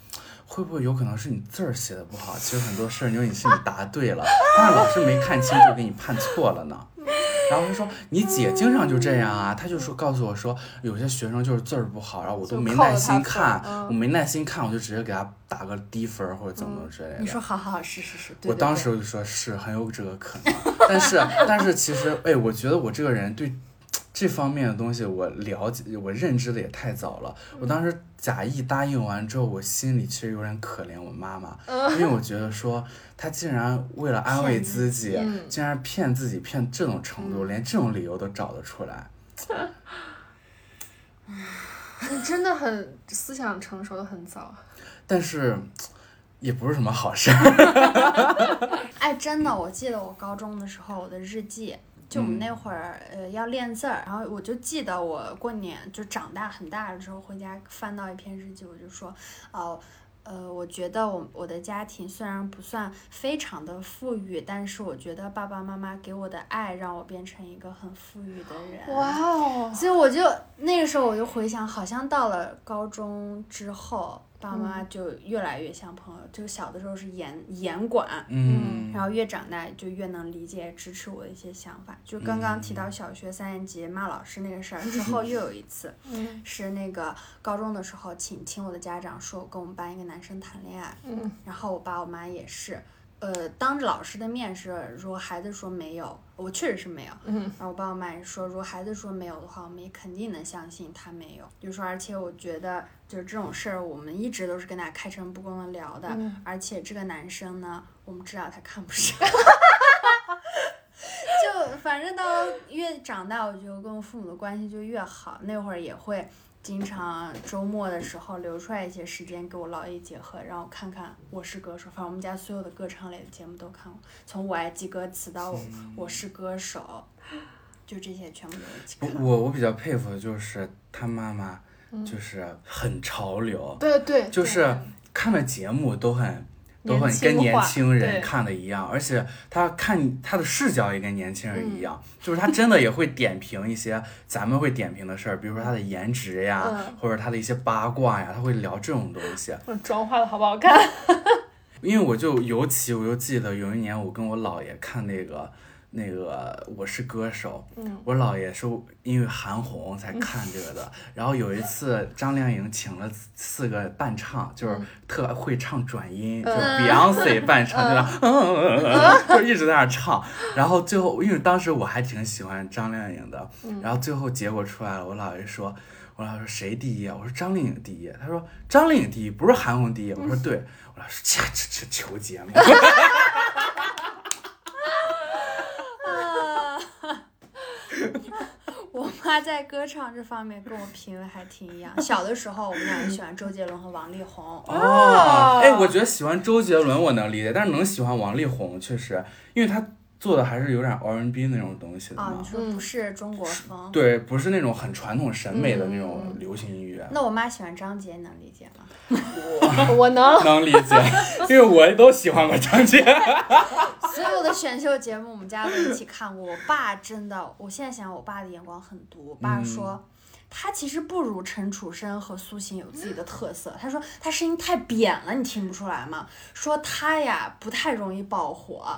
[SPEAKER 3] 会不会有可能是你字儿写的不好？其实很多事儿，因为你是你答对了，但是老师没看清就给你判错了呢。
[SPEAKER 2] 嗯
[SPEAKER 3] 然后她说你姐经常就这样啊，她就说告诉我说有些学生就是字儿不好，然后我都
[SPEAKER 2] 就
[SPEAKER 3] 没
[SPEAKER 2] 扣了
[SPEAKER 3] 耐心
[SPEAKER 2] 她分
[SPEAKER 3] 看，
[SPEAKER 2] 嗯
[SPEAKER 3] 我没耐心看，我就直接给她打个低分儿或者怎
[SPEAKER 2] 嗯
[SPEAKER 3] 么之类的。
[SPEAKER 1] 你说好好好，是是是，对
[SPEAKER 3] 我
[SPEAKER 1] 对
[SPEAKER 3] 当
[SPEAKER 1] 对
[SPEAKER 3] 时我就说是很有这个可能，但是但是其实哎，我觉得我这个人对这方面的东西我了解我认知的也太早了。我当
[SPEAKER 1] 嗯
[SPEAKER 3] 时假意答应完之后，我心里其实有点可怜我妈妈，因为我觉得说她竟然为了安
[SPEAKER 1] 嗯
[SPEAKER 3] 慰
[SPEAKER 1] 骗
[SPEAKER 3] 自己
[SPEAKER 2] 嗯，
[SPEAKER 3] 竟然骗自己骗这种程
[SPEAKER 1] 嗯
[SPEAKER 3] 度，连这种理由都找得出来。
[SPEAKER 2] <laughs> 你真的很思想成熟的很早。
[SPEAKER 1] <laughs>
[SPEAKER 3] 但是也不是什么好事儿。
[SPEAKER 1] 哎，真的，我记得我高中的时候，我的日记，就我们那会儿，呃，要练字儿，然后我就记得我过年就长大很大了之后回家翻到一篇日记，我就说，哦、呃，我觉得我我的家庭虽然不算非常的富裕，但是我觉得爸爸妈妈给我的爱让我变成一个很富裕的人。
[SPEAKER 2] 哇哦，
[SPEAKER 1] 所以我就那个时候我就回想，好像到了高中之后，爸妈就越来越像朋友。就小的时候是严严管，
[SPEAKER 3] 嗯，
[SPEAKER 1] 然后越长大就越能理解支持我的一些想法。就刚刚提到小学三年级骂老师那个事儿之后，又有一次
[SPEAKER 2] 嗯
[SPEAKER 1] 是那个高中的时候，请听我的家长说我跟我们班一个男生谈恋爱，
[SPEAKER 2] 嗯
[SPEAKER 1] 然后我爸我妈也是，呃，当着老师的面是如果孩子说没有，我确 <laughs> 实是没有，
[SPEAKER 2] 嗯，
[SPEAKER 1] 然后我爸我妈也说，如果孩子说没有的话，我们也肯定能相信他没有。就说，而且我觉得就是这种事儿，我们一直都是跟他开诚布公的聊的。
[SPEAKER 2] 嗯
[SPEAKER 1] 而且这个男生呢，我们知道他看不上。 <laughs> 就反正到越长大，我觉得跟我父母的关系就越好。那会儿也会经常周末的时候留出来一些时间给我姥爷结合，让我看看《我是歌手》。反正我们家所有的歌唱类的节目都看过，从《我爱记歌词》到我我是歌手，就这些全部都一起看。
[SPEAKER 3] 我我比较佩服的就是他妈妈，
[SPEAKER 1] 嗯
[SPEAKER 3] 就是很潮流，
[SPEAKER 2] 对对，
[SPEAKER 3] 就是看的节目都很都
[SPEAKER 2] 年
[SPEAKER 3] 很
[SPEAKER 2] 轻
[SPEAKER 3] 跟年
[SPEAKER 2] 化
[SPEAKER 3] 轻
[SPEAKER 2] 对
[SPEAKER 3] 人看的一样，而且他看他的视角也跟年轻人
[SPEAKER 2] 嗯
[SPEAKER 3] 一样，就是他真的也会点评一些 <laughs> 咱们会点评的事儿，比如说他的颜值呀，
[SPEAKER 2] 嗯
[SPEAKER 3] 或者他的一些八卦呀，他会聊这种东西。
[SPEAKER 2] 嗯妆化的好不好看？
[SPEAKER 3] 因为我就尤其我就记得有一年我跟我姥爷看那个那个我是歌手，
[SPEAKER 2] 嗯
[SPEAKER 3] 我姥爷是因为韩红才看这个的。然后有一次张靓颖请了四个伴唱，就是特会唱转音，就是 Beyonce 伴唱，就是嗯嗯嗯 <laughs> 嗯，就一直在那儿唱。然后最后，因为当时我还挺喜欢张靓颖的，然后最后结果出来了，我姥爷说。我姥爷说谁第一啊？我说张靓颖第一。他说张靓颖第一，不是韩红第一。我说对。我姥爷说切这这求
[SPEAKER 1] <laughs>
[SPEAKER 3] 节目。
[SPEAKER 1] 啊 <laughs> 我妈在歌唱这方面跟我品味还挺一样。小的时候，我们俩就喜欢周杰伦和王力宏。
[SPEAKER 3] 哦，哎，我觉得喜欢周杰伦我能理解，但是能喜欢王力宏确实，因为他做的还是有点 R&B 那种东西的
[SPEAKER 1] 啊，
[SPEAKER 3] 嘛
[SPEAKER 1] 你。说不是中国风？
[SPEAKER 3] 对，不是那种很传统审美的那
[SPEAKER 1] 嗯
[SPEAKER 3] 种流行音乐，
[SPEAKER 1] 那我妈喜欢张杰，能理解吗？
[SPEAKER 2] <laughs> 我
[SPEAKER 1] <laughs>
[SPEAKER 2] 能，
[SPEAKER 3] 能理解，因为我都喜欢过张杰。
[SPEAKER 1] 所有的选秀节目，我们家都一起看过。我爸真的，我现在想，我爸的眼光很毒。我爸说。他其实不如陈楚生和苏醒有自己的特色。他说他声音太扁了，你听不出来吗？说他呀不太容易爆火，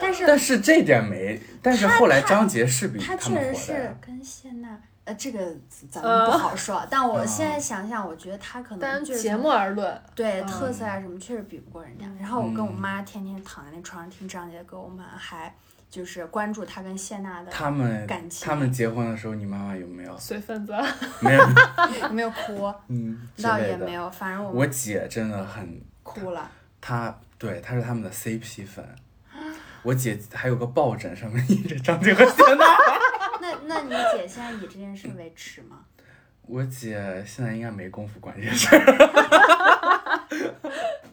[SPEAKER 1] 但是
[SPEAKER 3] 但是这点没，但是后来张杰是比
[SPEAKER 1] 他
[SPEAKER 3] 嗯他
[SPEAKER 1] 确
[SPEAKER 3] 们
[SPEAKER 1] 实
[SPEAKER 3] 火的
[SPEAKER 1] 是
[SPEAKER 3] 呀。
[SPEAKER 1] 跟谢娜，呃，这个咱们
[SPEAKER 2] 呃
[SPEAKER 1] 不好说。但我现
[SPEAKER 3] 嗯
[SPEAKER 1] 在想想，我觉得他可能
[SPEAKER 2] 单
[SPEAKER 1] 就是
[SPEAKER 2] 节目而论，
[SPEAKER 1] 对、
[SPEAKER 2] 嗯
[SPEAKER 1] 特色啊什么，确实比不过人家。然后我跟
[SPEAKER 3] 嗯
[SPEAKER 1] 我妈天天躺在那床上听张杰的歌，我妈还就是关注他跟谢
[SPEAKER 2] <laughs>
[SPEAKER 1] 娜的，
[SPEAKER 3] 他们
[SPEAKER 1] 感情
[SPEAKER 3] 他们结婚的时候，你妈妈有没有？
[SPEAKER 2] 随
[SPEAKER 1] <laughs>
[SPEAKER 2] 份子。
[SPEAKER 3] 没有，
[SPEAKER 1] 有没有哭，
[SPEAKER 3] 嗯，之
[SPEAKER 1] 倒
[SPEAKER 3] 类
[SPEAKER 1] 也
[SPEAKER 3] 的
[SPEAKER 1] 没。有，反正我
[SPEAKER 3] 我
[SPEAKER 1] 们
[SPEAKER 3] 姐真的很
[SPEAKER 1] 哭了。
[SPEAKER 3] 他对，他是他们的 CP 粉。我姐还有个抱枕，上面印着张杰和谢娜。 <laughs>
[SPEAKER 1] 那那你姐现在以这件事
[SPEAKER 3] 嗯
[SPEAKER 1] 为耻吗？
[SPEAKER 3] 我姐现在应该没工夫管这些事儿。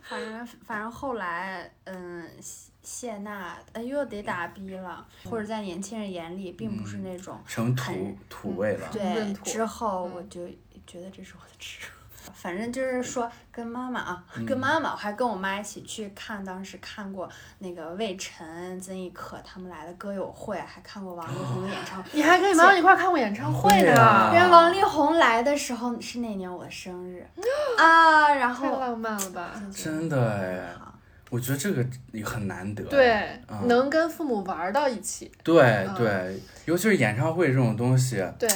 [SPEAKER 1] 反正反正后来，嗯，谢谢娜，呃，又得打
[SPEAKER 3] 嗯
[SPEAKER 1] B 了，或者在年轻人眼里，并不是那种。
[SPEAKER 3] 成
[SPEAKER 1] 很
[SPEAKER 2] 哎
[SPEAKER 3] 土土味了。
[SPEAKER 1] 对
[SPEAKER 2] 认，同
[SPEAKER 1] 之后
[SPEAKER 2] 嗯
[SPEAKER 1] 我就觉得这是我的耻辱。 <laughs> 反正就是说，跟妈妈啊，跟妈妈，我还跟我妈一起去看，当时看过那个魏晨、曾轶可他们来的歌友会，还看过王力宏的演唱会。
[SPEAKER 2] 你还跟你妈妈一块儿看过演唱会
[SPEAKER 3] 会啊
[SPEAKER 2] 呢，
[SPEAKER 1] 因为王力宏来的时候是那年我的生日啊，然
[SPEAKER 2] 太
[SPEAKER 1] 后
[SPEAKER 2] 浪漫了吧？
[SPEAKER 3] 真的哎，我觉得这个也很难得。
[SPEAKER 2] 对，嗯
[SPEAKER 3] 嗯
[SPEAKER 2] 能跟父母玩到一起，
[SPEAKER 3] 对对，尤其是演唱会这种东西，
[SPEAKER 2] 对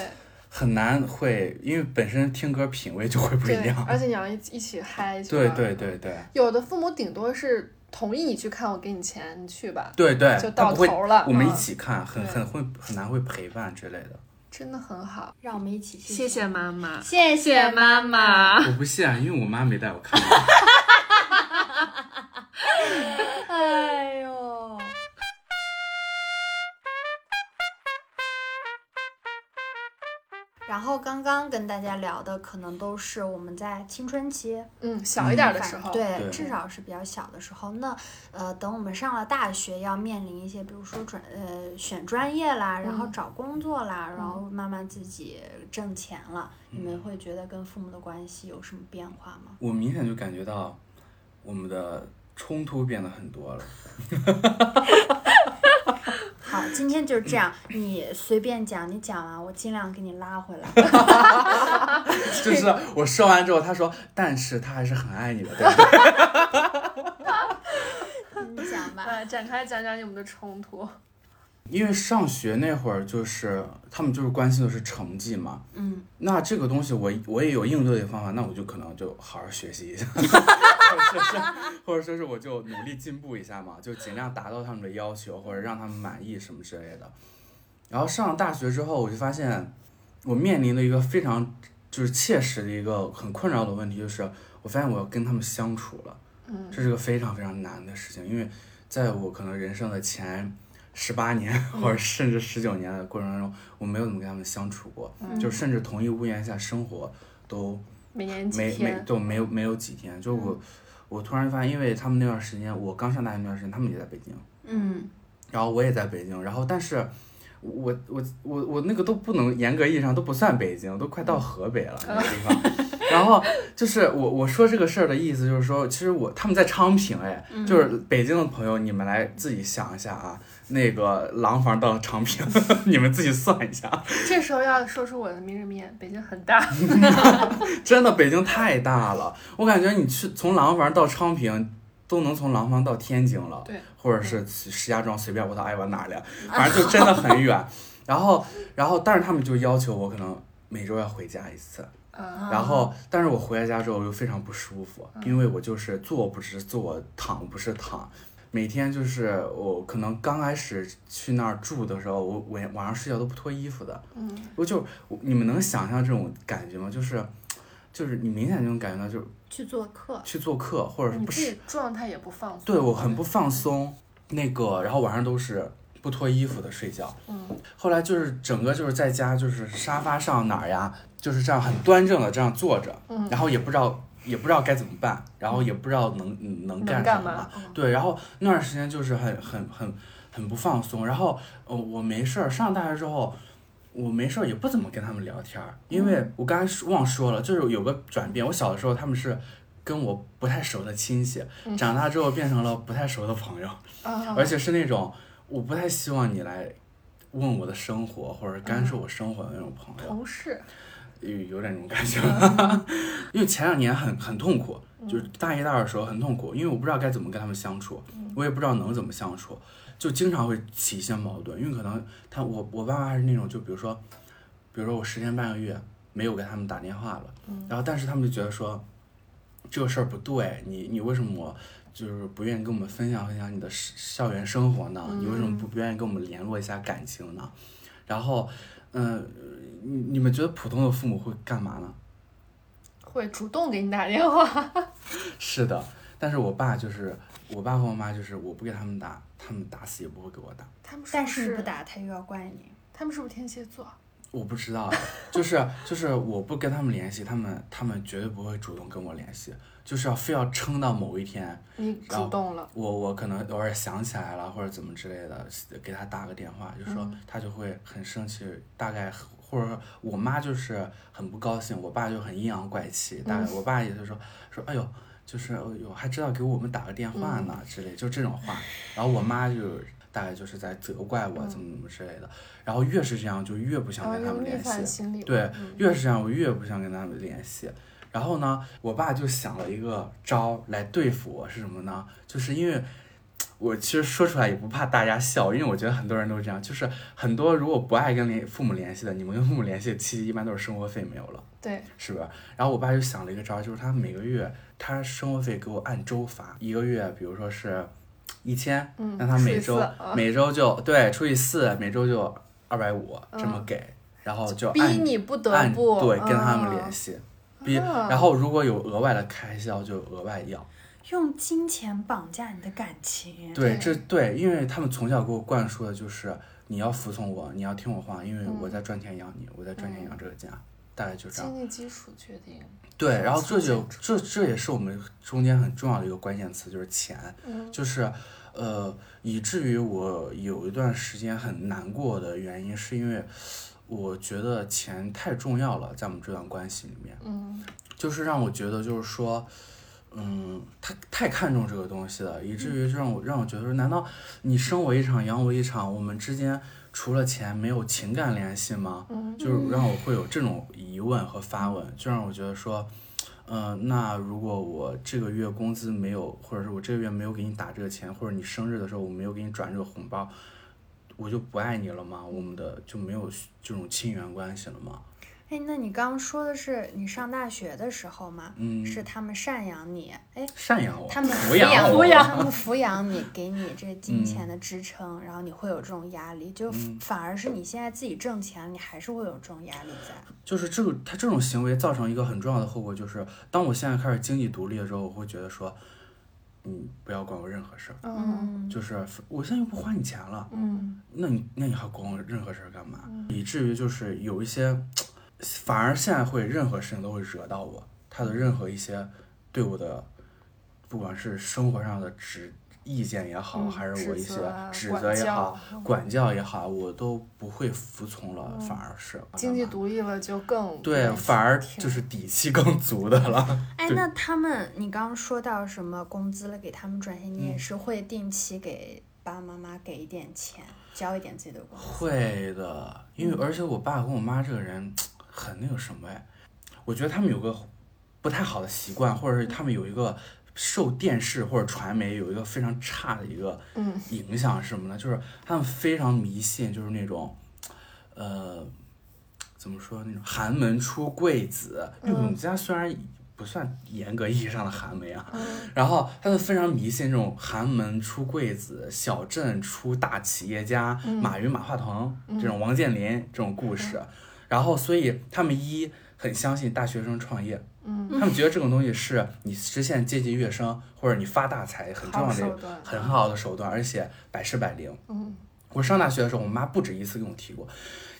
[SPEAKER 3] 很难会，因为本身听歌品味就会不一
[SPEAKER 2] 对，
[SPEAKER 3] 样。
[SPEAKER 2] 而且你要一一起嗨，一起
[SPEAKER 3] 对
[SPEAKER 2] 玩
[SPEAKER 3] 对，对对
[SPEAKER 2] 有的父母顶多是同意你去看，我给你钱，你去吧，
[SPEAKER 3] 对对，
[SPEAKER 2] 就
[SPEAKER 3] 他
[SPEAKER 2] 到
[SPEAKER 3] 不会
[SPEAKER 2] 头了
[SPEAKER 3] 我们一
[SPEAKER 2] 嗯
[SPEAKER 3] 起看，很
[SPEAKER 2] 对
[SPEAKER 3] 很会很难会陪伴之类的。
[SPEAKER 2] 真的很好。
[SPEAKER 1] 让我们一起去。，
[SPEAKER 2] 妈妈，
[SPEAKER 1] 谢谢妈妈。
[SPEAKER 3] 我不信，啊因为我妈没带我看。
[SPEAKER 1] 哎呦。然后刚刚跟大家聊的，可能都是我们在青春期
[SPEAKER 2] 嗯，小一点的
[SPEAKER 1] 反
[SPEAKER 2] 时候，
[SPEAKER 1] 对，
[SPEAKER 3] 对
[SPEAKER 1] 至少是比较小的时候。那呃，等我们上了大学，要面临一些，比如说转呃选专业啦，然后
[SPEAKER 2] 嗯
[SPEAKER 1] 找工作啦，然后慢慢自己挣
[SPEAKER 2] 嗯
[SPEAKER 1] 钱了，你们会觉得跟父母的关系有什么变化吗？
[SPEAKER 3] 我明显就感觉到，我们的冲突变得很多了。
[SPEAKER 1] 好，今天就是这
[SPEAKER 2] <laughs>
[SPEAKER 1] 样，你随便讲，你讲完我尽量给你拉回来。
[SPEAKER 3] 就是我说完之后，他说，但是他还是很爱你的，对不对？
[SPEAKER 1] 你讲吧。
[SPEAKER 2] 来展开讲讲你们的冲突。
[SPEAKER 3] 因为上学那会儿，就是他们就是关心的是成绩嘛。
[SPEAKER 1] 嗯，
[SPEAKER 3] 那这个东西我我也有应对的方法，那我就可能就好好学习一下， <laughs> 或者说是或者说是我就努力进步一下嘛，就尽量达到他们的要求或者让他们满意什么之类的。然后上了大学之后，我就发现我面临的一个非常就是切实的一个很困扰的问题，就是我发现我要跟他们相处了，
[SPEAKER 2] 嗯，
[SPEAKER 3] 这是个非常非常难的事情，因为在我可能人生的前。十八年
[SPEAKER 2] 嗯
[SPEAKER 3] <laughs> 或者甚至十九年的过程中，我没有怎么跟他们相处过，
[SPEAKER 1] 嗯
[SPEAKER 2] 嗯
[SPEAKER 3] 就甚至同一屋檐下生活都
[SPEAKER 2] 每年几
[SPEAKER 3] 没没
[SPEAKER 2] 天？嗯
[SPEAKER 3] 都没有没有几天。就我，我突然发现，因为他们那段时间，我刚上大学那段时间，他们也在北京，
[SPEAKER 1] 嗯，
[SPEAKER 3] 然后我也在北京，然后但是我我我我那个都不能严格意义上都不算北京，都快到河北了、那个地方。然后就是我我说这个事儿的意思就是说，其实我他们在昌平，哎，就是北京的朋友，你们来自己想一下啊，那个廊坊到昌平， <laughs> 你们自己算一下。
[SPEAKER 2] 这时候要说出我的明日面，北京很 <laughs> 大。
[SPEAKER 3] 真的，北京太大了，我感觉你去从廊坊到昌平，都能从廊坊到天津了，
[SPEAKER 2] 对，
[SPEAKER 3] 或者是石家庄，随便我到爱往哪儿了，反正就真的很远。然后，然后，但是他们就要求我可能每周要回家一次，
[SPEAKER 1] 啊
[SPEAKER 2] 嗯
[SPEAKER 3] 然后，但是我回到家之后我又非常不舒服，因为我就是坐不是坐，躺不是躺，每天就是我可能刚开始去那儿住的时候，我晚晚上睡觉都不脱衣服的，
[SPEAKER 2] 嗯，
[SPEAKER 3] 我就我你们能想象这种感觉吗？就是，就是你明显就能感觉到，就是
[SPEAKER 1] 去做客。
[SPEAKER 3] 去做客或者是
[SPEAKER 2] 你
[SPEAKER 3] 不
[SPEAKER 2] 自
[SPEAKER 3] 是
[SPEAKER 2] 己状态也不放松。
[SPEAKER 3] 对我很不放松，那个然后晚上都是不脱衣服的睡觉。
[SPEAKER 2] 嗯
[SPEAKER 3] 后来就是整个就是在家就是沙发上哪儿呀，就是这样很端正的这样坐着，
[SPEAKER 2] 嗯
[SPEAKER 3] 然后也不知道也不知道该怎么办，然后也不知道能能干
[SPEAKER 2] 能
[SPEAKER 3] 什
[SPEAKER 2] 干
[SPEAKER 3] 么
[SPEAKER 2] 嘛。？嗯
[SPEAKER 3] 对，然后那段时间就是很很很很不放松。然后呃，我没事儿上大学之后，我没事儿也不怎么跟他们聊天儿，因为
[SPEAKER 2] 嗯
[SPEAKER 3] 我刚才说忘说了，就是有个转变。我小的时候他们是。跟我不太熟的亲戚，
[SPEAKER 2] 嗯
[SPEAKER 3] 长大之后变成了不太熟的朋友，
[SPEAKER 2] 啊
[SPEAKER 3] <laughs> 而且是那种我不太希望你来问我的生活或者
[SPEAKER 2] 嗯
[SPEAKER 3] 干涉我生活的那种朋友。
[SPEAKER 2] 同事，
[SPEAKER 3] 有有点那种感觉， <laughs> 因为前两年很很痛苦，就是大一、大二的时候很痛苦，因为我不知道该怎么跟他们相处，我也不知道能怎么相处，就经常会起一些矛盾，因为可能他我我爸妈还是那种，就比如说，比如说我十天半个月没有给他们打电话了，然后但是他们就觉得说这个事儿不对，你你为什么？就是不愿意跟我们分享分享你的校园生活呢？你为什么不不愿意跟我们联络一下感情呢？然后，嗯、你你们觉得普通的父母会干嘛呢？
[SPEAKER 2] 会主动给你打电话。
[SPEAKER 3] 是的，但是我爸就是我爸和我妈就是我不给他们打，他们打死也不会给我打。
[SPEAKER 2] 他们
[SPEAKER 1] 但
[SPEAKER 2] 是
[SPEAKER 1] 是
[SPEAKER 2] 不
[SPEAKER 1] 你
[SPEAKER 2] 是
[SPEAKER 1] 不，打他又要怪你，
[SPEAKER 2] 他们是不是天蝎座？
[SPEAKER 3] 我不知道，啊就是就是我不跟他们联系，他们他们绝对不会主动跟我联系，就是要非要撑到某一天，
[SPEAKER 2] 你
[SPEAKER 3] 然后
[SPEAKER 2] 主动了，
[SPEAKER 3] 我我可能偶尔想起来了或者怎么之类的，给他打个电话，就说他就会很生气，大概或者说我妈就是很不高兴，我爸就很阴阳怪气，大概我爸也就说说哎呦，就是哎呦还知道给我们打个电话呢、之类，就这种话，然后我妈就。大概就是在责怪我怎么怎么之类的，然后越是这样就哦越不
[SPEAKER 2] 然
[SPEAKER 3] 想
[SPEAKER 2] 后
[SPEAKER 3] 跟他
[SPEAKER 2] 用
[SPEAKER 3] 们
[SPEAKER 2] 逆
[SPEAKER 3] 联系。
[SPEAKER 2] 反心理。
[SPEAKER 3] 对
[SPEAKER 2] 嗯，
[SPEAKER 3] 越是这样，我越不想跟他们联系。然后呢，我爸就想了一个招儿来对付我，是什么呢？就是因为我其实说出来也不怕大家笑，因为我觉得很多人都这样，就是很多如果不爱跟联父母联系的，你们跟父母联系，其实一般都是生活费没有了，
[SPEAKER 2] 对，
[SPEAKER 3] 是不是？然后我爸就想了一个招儿，就是他每个月他生活费给我按周发，一个月比如说是一千，
[SPEAKER 2] 嗯，
[SPEAKER 3] 那他
[SPEAKER 2] 是
[SPEAKER 3] 每
[SPEAKER 2] 一
[SPEAKER 3] 周
[SPEAKER 2] 次啊
[SPEAKER 3] 每周就对除以四，每周就二百五这么
[SPEAKER 2] 嗯
[SPEAKER 3] 给，然后就按
[SPEAKER 2] 逼你不得
[SPEAKER 3] 按
[SPEAKER 2] 不嗯
[SPEAKER 3] 对跟他们联
[SPEAKER 2] 系。
[SPEAKER 3] 系，比
[SPEAKER 2] 啊
[SPEAKER 3] 然后如果有额外的开销就额外要。
[SPEAKER 1] 用金钱绑架你的感情。
[SPEAKER 3] 对，
[SPEAKER 2] 对
[SPEAKER 3] 这对，因为他们从小给我灌输的就是你要服从我，你要听我话，因为我在赚钱养你，我在赚钱养这个家，大概就这样。
[SPEAKER 2] 经济基础决定，
[SPEAKER 3] 对，然后这
[SPEAKER 2] 从
[SPEAKER 3] 就这这也是我们中间很重要的一个关键词，就是钱，
[SPEAKER 2] 嗯
[SPEAKER 3] 就是。呃，以至于我有一段时间很难过的原因，是因为我觉得钱太重要了，在我们这段关系里面。
[SPEAKER 2] 嗯
[SPEAKER 3] 就是让我觉得，就是说，嗯、嗯，他太看重这个东西了，以至于让我让我觉得说，难道你生我一场，养我一场，我们之间除了钱没有情感联系吗？就是让我会有这种疑问和发问，就让我觉得说，嗯、那如果我这个月工资没有，或者是我这个月没有给你打这个钱，或者你生日的时候我没有给你转这个红包，我就不爱你了吗？我们的就没有这种亲缘关系了吗？
[SPEAKER 1] 哎，那你刚刚说的是你上大学的时候吗？
[SPEAKER 3] 嗯，
[SPEAKER 1] 是他们赡养你，哎，
[SPEAKER 3] 赡养我，
[SPEAKER 1] 他们
[SPEAKER 3] 抚
[SPEAKER 1] 养
[SPEAKER 3] 我，嗯
[SPEAKER 1] 他们抚养你，给你这金钱的支撑，然后你会有这种压力，就反而是你现在自己挣钱，你还是会有这种压力在。
[SPEAKER 3] 就是这个他这种行为造成一个很重要的后果，就是当我现在开始经济独立的时候，我会觉得说，你不要管我任何事儿，
[SPEAKER 2] 嗯
[SPEAKER 1] 嗯，
[SPEAKER 3] 就是我现在又不花你钱了，
[SPEAKER 2] 嗯
[SPEAKER 3] 那你那你还管我任何事儿干嘛？以至于就是有一些，反而现在会任何事情都会惹到我，他的任何一些对我的，不管是生活上的指意见也好，
[SPEAKER 2] 嗯
[SPEAKER 3] 还是我一
[SPEAKER 2] 指
[SPEAKER 3] 些
[SPEAKER 2] 责啊
[SPEAKER 3] 指
[SPEAKER 2] 管
[SPEAKER 3] 责也
[SPEAKER 2] 教嗯
[SPEAKER 3] 好、管教也好，我都不会服从了，反而是
[SPEAKER 2] 经济
[SPEAKER 3] 独。
[SPEAKER 2] 独立了就更
[SPEAKER 3] 对，反而就是底气更足的了。 <laughs>
[SPEAKER 1] 哎，
[SPEAKER 3] 对
[SPEAKER 1] 那他们，你刚刚说到什么工资了给他们转钱，你
[SPEAKER 3] 嗯
[SPEAKER 1] 也是会定期给爸爸妈妈给一点钱，交一点自己的工资。
[SPEAKER 3] 会的，因为而且我爸跟我妈这个人很那个什么哎，我觉得他们有个不太好的习惯，或者是他们有一个受电视或者传媒有一个非常差的一个
[SPEAKER 2] 嗯
[SPEAKER 3] 影响是什么呢？就是他们非常迷信，就是那种，呃，怎么说那种寒门出贵子，因为我们家虽然不算严格意义上的寒门啊，然后他们非常迷信这种寒门出贵子、小镇出大企业家、
[SPEAKER 2] 嗯
[SPEAKER 3] 马云、马化腾这种王健林这种故事，然后所以他们一很相信大学生创业，
[SPEAKER 2] 嗯
[SPEAKER 3] 他们觉得这种东西是你实现阶级跃升或者你发大财很重要
[SPEAKER 2] 好
[SPEAKER 3] 的
[SPEAKER 2] 手段，
[SPEAKER 3] 很好的手段，而且百试百灵。
[SPEAKER 2] 嗯
[SPEAKER 3] 我上大学的时候，我妈不止一次跟我提过，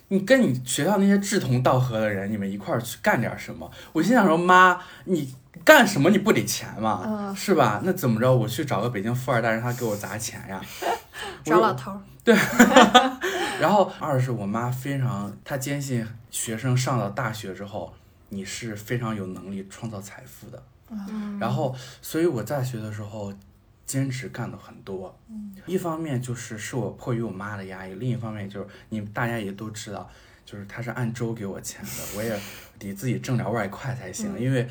[SPEAKER 3] 你跟你学校那些志同道合的人，你们一块儿去干点什么。我心想说，妈，你干什么你不得钱嘛，
[SPEAKER 2] 嗯
[SPEAKER 3] 是吧？那怎么着，我去找个北京富二代让他给我砸钱呀？ <laughs> 我啊
[SPEAKER 1] 找
[SPEAKER 3] 就
[SPEAKER 1] 老头儿，
[SPEAKER 3] 然后二是我妈非常，她坚信学生上了大学之后，你是非常有能力创造财富的。
[SPEAKER 1] 嗯，
[SPEAKER 3] 然后，所以我在学的时候，兼职干的很多。
[SPEAKER 2] 嗯
[SPEAKER 3] 一方面就是是我迫于我妈的压力，另一方面就是你们大家也都知道，就是她是按周给我钱的，我也得自己挣点外快才行，
[SPEAKER 2] 嗯
[SPEAKER 3] 因为。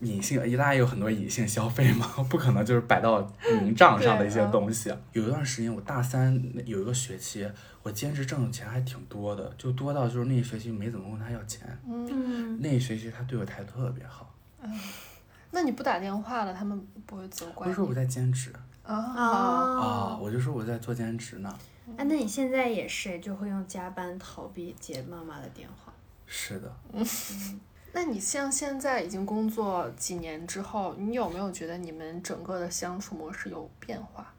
[SPEAKER 3] 隐性，一大家有很多隐性消费嘛，不可能就是摆到明账上的一些
[SPEAKER 2] 对嗯
[SPEAKER 3] 东西。有一段时间，我大三那有一个学期，我兼职挣的钱还挺多的，就多到就是那一学期没怎么问他要钱，
[SPEAKER 1] 嗯，
[SPEAKER 3] 那一学期他对我态度特别好。
[SPEAKER 2] 那你不打电话了，他们不会责
[SPEAKER 3] 我
[SPEAKER 2] 怪
[SPEAKER 3] 就说我
[SPEAKER 2] 你
[SPEAKER 3] 在兼职，
[SPEAKER 2] 啊？
[SPEAKER 1] 哦
[SPEAKER 3] 啊，，我就说我在做兼职呢。
[SPEAKER 1] 哎，那你现在也是，就会用加班逃避接妈妈的电话。
[SPEAKER 3] 是的，
[SPEAKER 2] 那你像现在已经工作几年之后，你有没有觉得你们整个的相处模式有变化？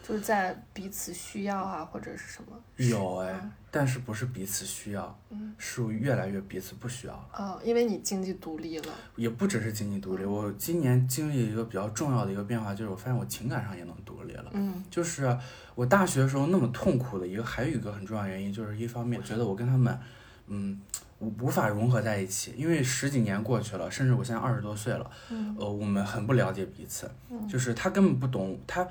[SPEAKER 2] 就是在彼此需要啊，或者是什么？
[SPEAKER 3] 有哎
[SPEAKER 2] 嗯，
[SPEAKER 3] 但是不是彼此需要，是越来越彼此不需要了。
[SPEAKER 2] 哦，因为你经济独立了，
[SPEAKER 3] 也不只是经济独立，我今年经历一个比较重要的一个变化，就是我发现我情感上也能独立了。
[SPEAKER 2] 嗯
[SPEAKER 3] 就是我大学的时候那么痛苦的一个，还有一个很重要的原因，就是一方面我觉得我跟他们，嗯，无无法融合在一起，因为十几年过去了，甚至我现在二十多岁了，呃，我们很不了解彼此，就是他根本不懂他。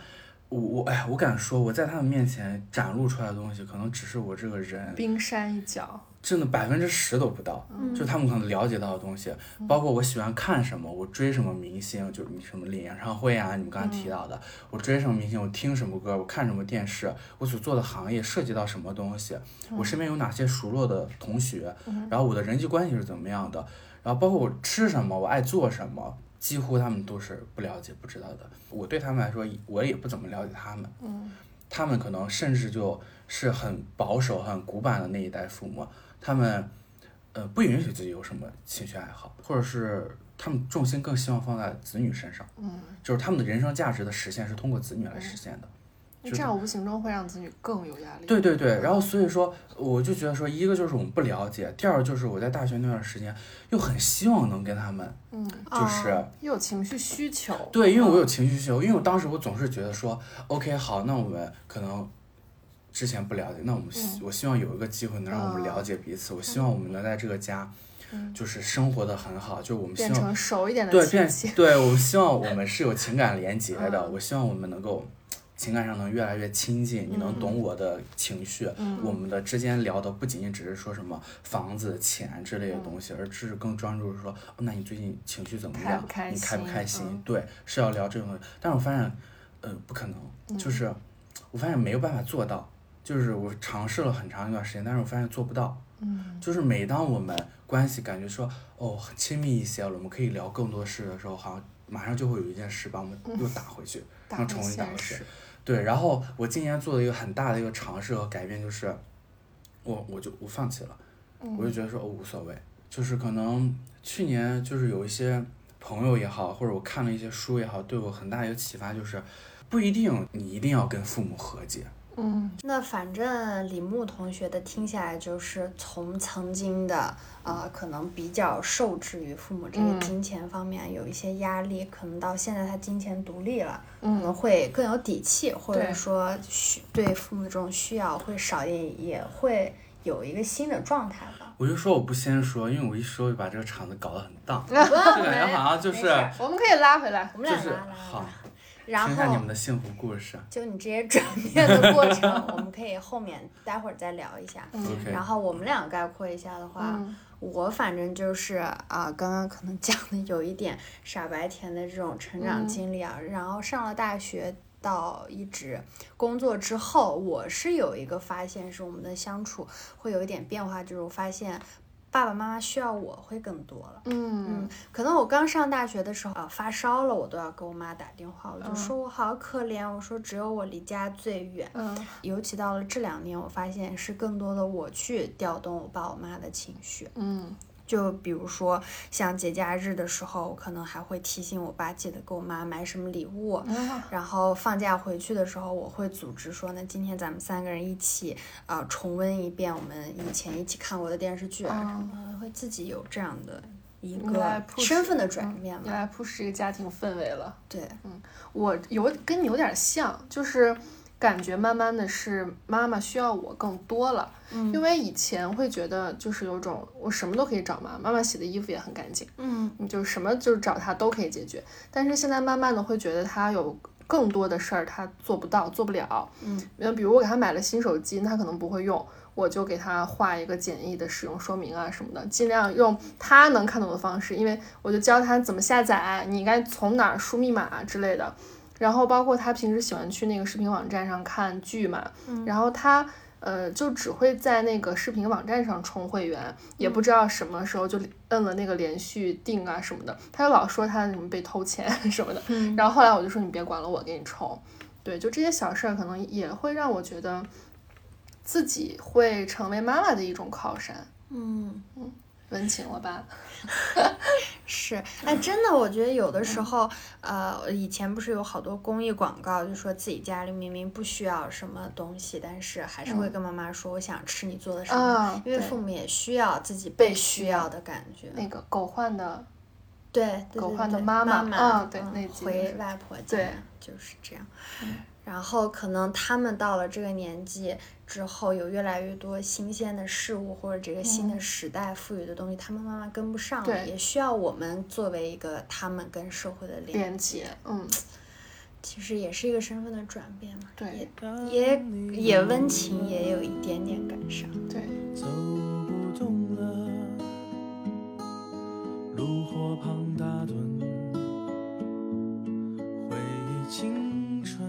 [SPEAKER 3] 我我哎，我敢说，我在他们面前展露出来的东西，可能只是我这个人
[SPEAKER 2] 冰山一角，
[SPEAKER 3] 真的百分之十都不到，就他们可能了解到的东西，包括我喜欢看什么，我追什么明星，就是你什么演唱会啊，你们刚才提到的，我追什么明星，我听什么歌，我看什么电视，我所做的行业涉及到什么东西，我身边有哪些熟络的同学，然后我的人际关系是怎么样的，然后包括我吃什么，我爱做什么。几乎他们都是不了解、不知道的。我对他们来说，我也不怎么了解他们。
[SPEAKER 2] 嗯
[SPEAKER 3] 他们可能甚至就是很保守、很古板的那一代父母，他们呃不允许自己有什么兴趣爱好，或者是他们重心更希望放在子女身上，
[SPEAKER 2] 嗯，
[SPEAKER 3] 就是他们的人生价值的实现是通过子女来实现的。
[SPEAKER 2] 那
[SPEAKER 3] 就
[SPEAKER 2] 这样无形中会让子女更有压力。
[SPEAKER 3] 对对对，然后所以说，我就觉得说，一个就是我们不了解，第二就是我在大学那段时间又很希望能跟他们
[SPEAKER 2] 嗯，
[SPEAKER 3] 就是。啊
[SPEAKER 1] 哦
[SPEAKER 2] 又有情绪需求。
[SPEAKER 3] 对，因为我
[SPEAKER 2] 嗯
[SPEAKER 3] 有情绪需求，因为我当时我总是觉得说，OK，好，那我们可能
[SPEAKER 2] 嗯哦
[SPEAKER 3] 之前不了解，那我们希、我希望有一个机会能让我们了解彼此，我希望我们能在这个家，就是生活的很好，就我们希
[SPEAKER 2] 嗯变
[SPEAKER 3] 望
[SPEAKER 2] 成熟一点的
[SPEAKER 3] 对
[SPEAKER 2] 呃亲 <laughs>
[SPEAKER 3] 变
[SPEAKER 2] 戚，嗯
[SPEAKER 3] 对我们希望我们是有情感连结的，我希望我们能够。情感上能越来越亲近，你能
[SPEAKER 2] 嗯
[SPEAKER 3] 懂我的情绪。我们的之间聊的不仅仅只是说什么房子、钱之类的东西，而是更专注于说，哦，那你最近情绪怎么
[SPEAKER 2] 嗯开
[SPEAKER 3] 样？
[SPEAKER 2] 不开
[SPEAKER 3] 你开不
[SPEAKER 2] 心嗯
[SPEAKER 3] 开心？对，是要聊这种东西。但是我发现，呃，不可能，
[SPEAKER 2] 嗯
[SPEAKER 3] 就是我发现没有办法做到。就是我尝试了很长一段时间，但是我发现做不到。嗯，就是每当我们关系感觉说哦亲密一些了，我们可以聊更多事的时候，好像马上就会有一件事把我们又打回去，
[SPEAKER 2] 打
[SPEAKER 3] 然后
[SPEAKER 2] 回
[SPEAKER 3] 重嗯新打回
[SPEAKER 2] 现
[SPEAKER 3] 去
[SPEAKER 2] 实。
[SPEAKER 3] 对，然后我今年做了一个很大的一个尝试和改变，就是我我就我放弃了，我就觉得说哦无所谓，就是可能去年就是有一些朋友也好，或者我看了一些书也好，对我很大一个启发就是，不一定你一定要跟父母和解，
[SPEAKER 2] 嗯，
[SPEAKER 1] 那反正李牧同学的听下来，就是从曾经的呃，可能比较受制于父母这个
[SPEAKER 2] 嗯
[SPEAKER 1] 金钱方面有一些压力，可能到现在他金钱独立了，可能
[SPEAKER 2] 嗯
[SPEAKER 1] 会更有底气，或者
[SPEAKER 2] 对
[SPEAKER 1] 说需对父母的这种需要会少一点，也会有一个新的状态
[SPEAKER 2] <laughs>
[SPEAKER 1] 吧。
[SPEAKER 3] 我就说我不先说，因为我一说就把这个场子搞得很荡，
[SPEAKER 1] 不要
[SPEAKER 3] 就感觉好像就
[SPEAKER 1] 没
[SPEAKER 3] 是
[SPEAKER 1] 事儿
[SPEAKER 2] 我们可以拉回来。
[SPEAKER 1] 我们
[SPEAKER 3] 就
[SPEAKER 1] 俩
[SPEAKER 3] 是
[SPEAKER 1] 拉拉
[SPEAKER 3] 好
[SPEAKER 1] 拉，，然
[SPEAKER 3] 听看你
[SPEAKER 1] 后
[SPEAKER 3] 们的幸福故事。
[SPEAKER 1] 就你这些转变的过程，我们可以后面待会儿再聊
[SPEAKER 3] <laughs>
[SPEAKER 1] 一下。
[SPEAKER 2] 嗯
[SPEAKER 3] OK，
[SPEAKER 1] 然后我们俩概括一下的话，
[SPEAKER 2] 嗯
[SPEAKER 1] 我反正就是啊、刚刚可能讲的有一点傻白甜的这种成长
[SPEAKER 2] 嗯
[SPEAKER 1] 经历啊，然后上了大学到一直工作之后，我是有一个发现，是我们的相处会有一点变化，就是我发现爸爸妈妈需要我会更多了。嗯
[SPEAKER 2] 嗯，
[SPEAKER 1] 可能我刚上大学的时候啊、发烧了，我都要给我妈打电话，我就
[SPEAKER 2] 嗯
[SPEAKER 1] 说我好可怜，我说只有我离家最远。
[SPEAKER 2] 嗯
[SPEAKER 1] 尤其到了这两年，我发现是更多的我去调动我爸我妈的情绪，
[SPEAKER 2] 嗯
[SPEAKER 1] 就比如说像节假日的时候，我可能还会提醒我爸记得给我妈买什么礼物。
[SPEAKER 2] 嗯
[SPEAKER 1] 然后放假回去的时候，我会组织说，那今天咱们三个人一起，啊、重温一遍我们以前一起看过的电视剧啊什么的，会自己有这样的一
[SPEAKER 2] 你来
[SPEAKER 1] 个
[SPEAKER 2] push，
[SPEAKER 1] 身份的转变
[SPEAKER 2] 你
[SPEAKER 1] 嘛？
[SPEAKER 2] 来 push 这个家庭氛围了。
[SPEAKER 1] 嗯对，
[SPEAKER 2] 我有跟你有点像，就是感觉慢慢的是妈妈需要我更多了，
[SPEAKER 1] 嗯
[SPEAKER 2] 因为以前会觉得就是有种我什么都可以找妈，妈妈洗的衣服也很干净，
[SPEAKER 1] 嗯，
[SPEAKER 2] 你就什么就是找她都可以解决。但是现在慢慢的会觉得她有更多的事儿她做不到，做不了。
[SPEAKER 1] 嗯，
[SPEAKER 2] 那比如我给她买了新手机，那她可能不会用。我就给她画一个简易的使用说明啊什么的，尽量用她能看懂的方式，因为我就教她怎么下载，你应该从哪儿输密码啊之类的。然后包括他平时喜欢去那个视频网站上看剧嘛，然后他呃就只会在那个视频网站上充会员，也不知道什么时候就摁了那个连续订啊什么的，他就老说他什么被偷钱 <laughs> 什么的，然后后来我就说你别管了，我给你充。对，就这些小事儿，可能也会让我觉得自己会成为妈妈的一种靠山。
[SPEAKER 1] 嗯。
[SPEAKER 2] 温情了吧？
[SPEAKER 1] 是，哎，真的，我觉得有的时候，呃，以前不是有好多公益广告，就说自己家里明明不需要什么东西，但是还是会跟妈妈说我想吃你做的什么，
[SPEAKER 2] 嗯啊，
[SPEAKER 1] 因为
[SPEAKER 2] 对
[SPEAKER 1] 父母也需要自己被
[SPEAKER 2] 被
[SPEAKER 1] 需
[SPEAKER 2] 需要
[SPEAKER 1] 要的感觉。
[SPEAKER 2] 那个狗焕的
[SPEAKER 1] 对，对
[SPEAKER 2] 狗
[SPEAKER 1] 对
[SPEAKER 2] 焕的
[SPEAKER 1] 对
[SPEAKER 2] 妈
[SPEAKER 1] 妈
[SPEAKER 2] 妈啊对
[SPEAKER 1] 嗯
[SPEAKER 2] 那集就
[SPEAKER 1] 回
[SPEAKER 2] 是
[SPEAKER 1] 外婆家
[SPEAKER 2] 对
[SPEAKER 1] 就是这样。然后可能他们到了这个年纪之后，有越来越多新鲜的事物或者这个新的时代赋予的东西，他们慢慢跟不上了，
[SPEAKER 2] 嗯对
[SPEAKER 1] 也需要我们作为一个他们跟社会的连，
[SPEAKER 2] 连接，嗯，
[SPEAKER 1] 其实也是一个身份的转变嘛，
[SPEAKER 2] 对嗯
[SPEAKER 1] 也也温情，也有一点点感伤。
[SPEAKER 2] 对，
[SPEAKER 4] 走不动了，炉火旁打盹，回忆青春。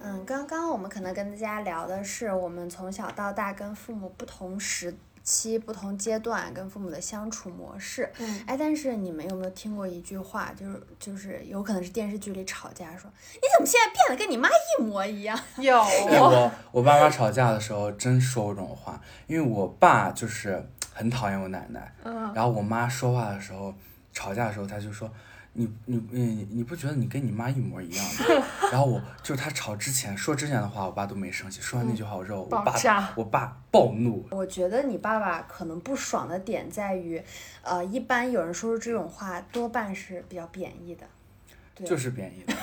[SPEAKER 1] 嗯，刚刚我们可能跟大家聊的是我们从小到大跟父母不同时期、不同阶段跟父母的相处模式。
[SPEAKER 2] 嗯，
[SPEAKER 1] 哎，但是你们有没有听过一句话，就是就是有可能是电视剧里吵架说，你怎么现在变得跟你妈一模一样？
[SPEAKER 2] 有
[SPEAKER 3] 哎，
[SPEAKER 1] 哦
[SPEAKER 3] 我我爸妈吵架的时候真说过这种话，因为我爸就是很讨厌我奶奶，
[SPEAKER 2] 嗯
[SPEAKER 3] 然后我妈说话的时候，吵架的时候，她就说。你你你你不觉得你跟你妈一模一样吗？ <laughs> 然后我就是他吵之前说之前的话，我爸都没生气。说
[SPEAKER 1] 嗯
[SPEAKER 3] 完那句话之后，我
[SPEAKER 2] 爆
[SPEAKER 3] 爸
[SPEAKER 2] 炸
[SPEAKER 3] 我爸暴怒，
[SPEAKER 1] 我觉得你爸爸可能不爽的点在于，呃，一般有人说出这种话，多半是比较贬义的。对 <laughs>
[SPEAKER 3] 就是贬义的，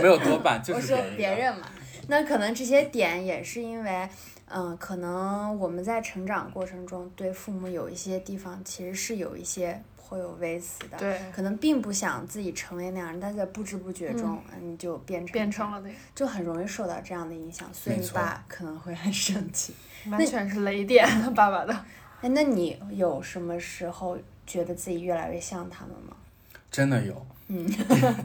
[SPEAKER 3] 没有多半，就
[SPEAKER 1] 我
[SPEAKER 3] 是
[SPEAKER 1] 说
[SPEAKER 3] 贬义的。
[SPEAKER 1] 别人嘛，那可能这些点也是因为，嗯、可能我们在成长过程中对父母有一些地方其实是有一些颇有微词的，
[SPEAKER 2] 对，
[SPEAKER 1] 可能并不想自己成为那样，但在不知不觉中，嗯，你就变成
[SPEAKER 2] 变成了那个，
[SPEAKER 1] 就很容易受到这样的影响，所以
[SPEAKER 3] 没
[SPEAKER 1] 你
[SPEAKER 3] 错
[SPEAKER 1] 爸可能会很生气。
[SPEAKER 2] 完全是雷点爸爸的。
[SPEAKER 1] 哎，那你有什么时候觉得自己越来越像他们吗？
[SPEAKER 3] 真的有。
[SPEAKER 1] 嗯，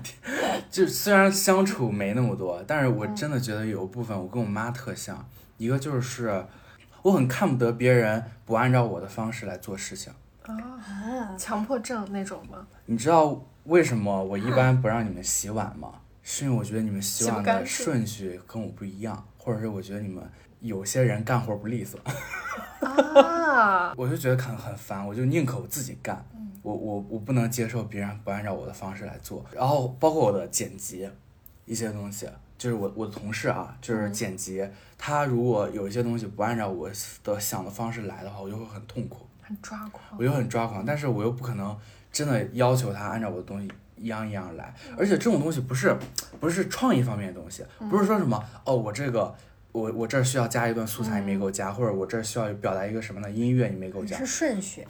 [SPEAKER 3] <laughs> 就虽然相处没那么多，但是我
[SPEAKER 2] 嗯
[SPEAKER 3] 真的觉得有部分我跟我妈特像，一个就是我很看不得别人不按照我的方式来做事情。
[SPEAKER 2] 啊，
[SPEAKER 1] 啊，
[SPEAKER 2] 强迫症那种吗？
[SPEAKER 3] 你知道为什么我一般不让你们洗碗吗？是因为我觉得你们洗碗
[SPEAKER 2] 洗不干
[SPEAKER 3] 的
[SPEAKER 2] 净
[SPEAKER 3] 顺序跟我不一样，或者是我觉得你们有些人干活不利索，
[SPEAKER 2] 啊，
[SPEAKER 3] 我就觉得很很烦，我就宁可我自己干，我我我不能接受别人不按照我的方式来做。然后包括我的剪辑一些东西，就是我我的同事啊，就是剪辑，他如果有一些东西不按照我的想的方式来的话，我就会很痛苦，
[SPEAKER 2] <laughs> 很抓狂。
[SPEAKER 3] 我就很抓狂，但是我又不可能真的要求他按照我的东西。一样一样来，而且这种东西不是不是创意方面的东西，不是说什么哦，我这个我我这儿需要加一段素材，你没给我加，或者我这儿需要表达一个什么样的音乐，你没给我加，
[SPEAKER 1] 是顺序。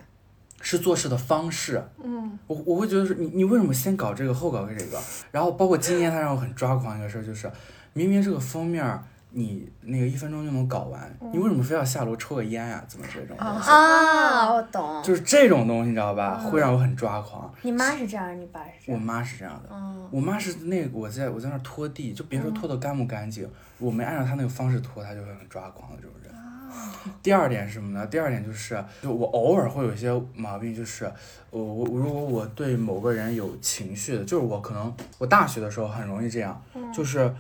[SPEAKER 3] 是做事的方式。
[SPEAKER 2] 嗯，
[SPEAKER 3] 我我会觉得说你你为什么先搞这个后搞这个？然后包括今年他让我很抓狂一个事儿就是，明明这个封面儿你那个一分钟就能搞完，你为什么非要下楼抽个烟呀、怎么这种东西？
[SPEAKER 1] 啊，我懂。
[SPEAKER 3] 就是这种东西，你知道吧？会让我很抓狂。
[SPEAKER 1] 你妈是这样，你爸是这
[SPEAKER 3] 我
[SPEAKER 1] 样。
[SPEAKER 3] 妈是这样的，
[SPEAKER 1] 嗯，
[SPEAKER 3] 我妈是那个我在我在那儿拖地，就别
[SPEAKER 1] 哦
[SPEAKER 3] 说拖得干不干净，我没按照她那个方式拖，她就会很抓狂的这种人。
[SPEAKER 1] 哦
[SPEAKER 3] <laughs> 第二点是什么呢？第二点就是，就我偶尔会有一些毛病，就是我我如果我对某个人有情绪的，就是我可能我大学的时候很容易这样，
[SPEAKER 1] 嗯
[SPEAKER 3] 就是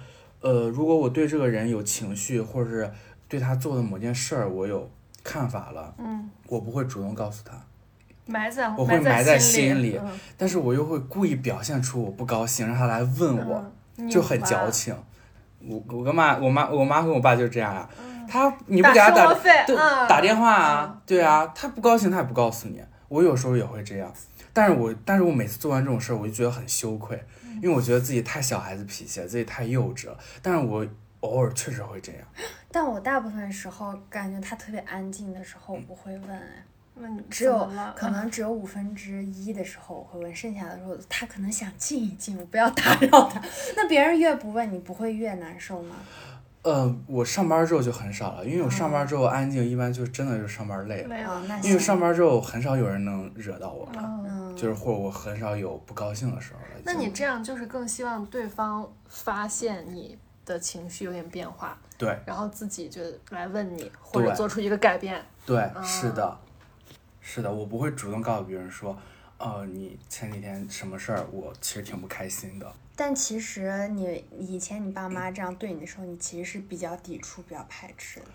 [SPEAKER 3] 呃，如果我对这个人有情绪，或者是对他做的某件事儿我有看法了，
[SPEAKER 2] 嗯，
[SPEAKER 3] 我不会主动告诉他，
[SPEAKER 2] 埋在
[SPEAKER 3] 我会埋在心
[SPEAKER 2] 里嗯
[SPEAKER 3] 里，但是我又会故意表现出我不高兴，让他来问
[SPEAKER 1] 嗯
[SPEAKER 3] 我，
[SPEAKER 2] 嗯
[SPEAKER 3] 就很矫。情。我我跟妈我妈我妈跟我爸就是这样啊，他你不给他
[SPEAKER 2] 嗯打
[SPEAKER 3] 打
[SPEAKER 2] 生活费
[SPEAKER 3] 对、
[SPEAKER 2] 嗯
[SPEAKER 3] 打电话啊，对啊，他不高兴他也不告诉你。我有时候也会这样，但是我但是我每次做完这种事儿，我就觉得很羞愧，
[SPEAKER 2] 嗯
[SPEAKER 3] 因为我觉得自己太小孩子脾气了，自己太幼稚了。但是我偶尔确实会这样，
[SPEAKER 1] 但我大部分时候感觉他特别安静的时候，我
[SPEAKER 2] 嗯
[SPEAKER 1] 不会问，哎
[SPEAKER 2] 那你
[SPEAKER 1] 只有
[SPEAKER 2] 怎么了
[SPEAKER 1] 可能只有五分之一的时候我会问，剩下的时候他可能想静一静，我不要打扰他。 <laughs> 那别人越不问，你不会越难受吗？
[SPEAKER 3] 呃，我上班之后就很少了，因为我上班之后安静，一般就真的就是上班累了。
[SPEAKER 2] 嗯没有
[SPEAKER 1] 啊，那
[SPEAKER 3] 因为
[SPEAKER 1] 行。
[SPEAKER 3] 上班之后很少有人能惹到我了，
[SPEAKER 2] 嗯
[SPEAKER 1] 嗯，
[SPEAKER 3] 就是或者我很少有不高兴的时候了。
[SPEAKER 2] 那
[SPEAKER 3] 已经
[SPEAKER 2] 你这样就是更希望对方发现你的情绪有点变化，
[SPEAKER 3] 对
[SPEAKER 2] 然后自己就来问你，或者
[SPEAKER 3] 对
[SPEAKER 2] 做出一个改变。
[SPEAKER 3] 对
[SPEAKER 2] 嗯
[SPEAKER 3] 是的，是的，我不会主动告诉别人说，呃，你前几天什么事儿，我其实挺不开心的。
[SPEAKER 1] 但其实你以前你爸妈这样对你的时候，你其实是比较抵触、比较排斥的。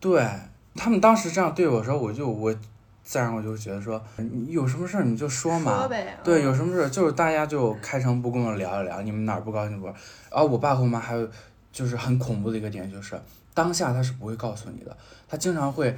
[SPEAKER 3] 对他们当时这样对我的时候，我就我自然我就觉得说，你有什么事儿你就说嘛，
[SPEAKER 2] 说呗。嗯
[SPEAKER 3] 对，有什么事就是大家就开诚布公的聊一聊，你们哪儿不高兴不？然后我爸和我妈还有就是很恐怖的一个点就是，当下他是不会告诉你的，他经常会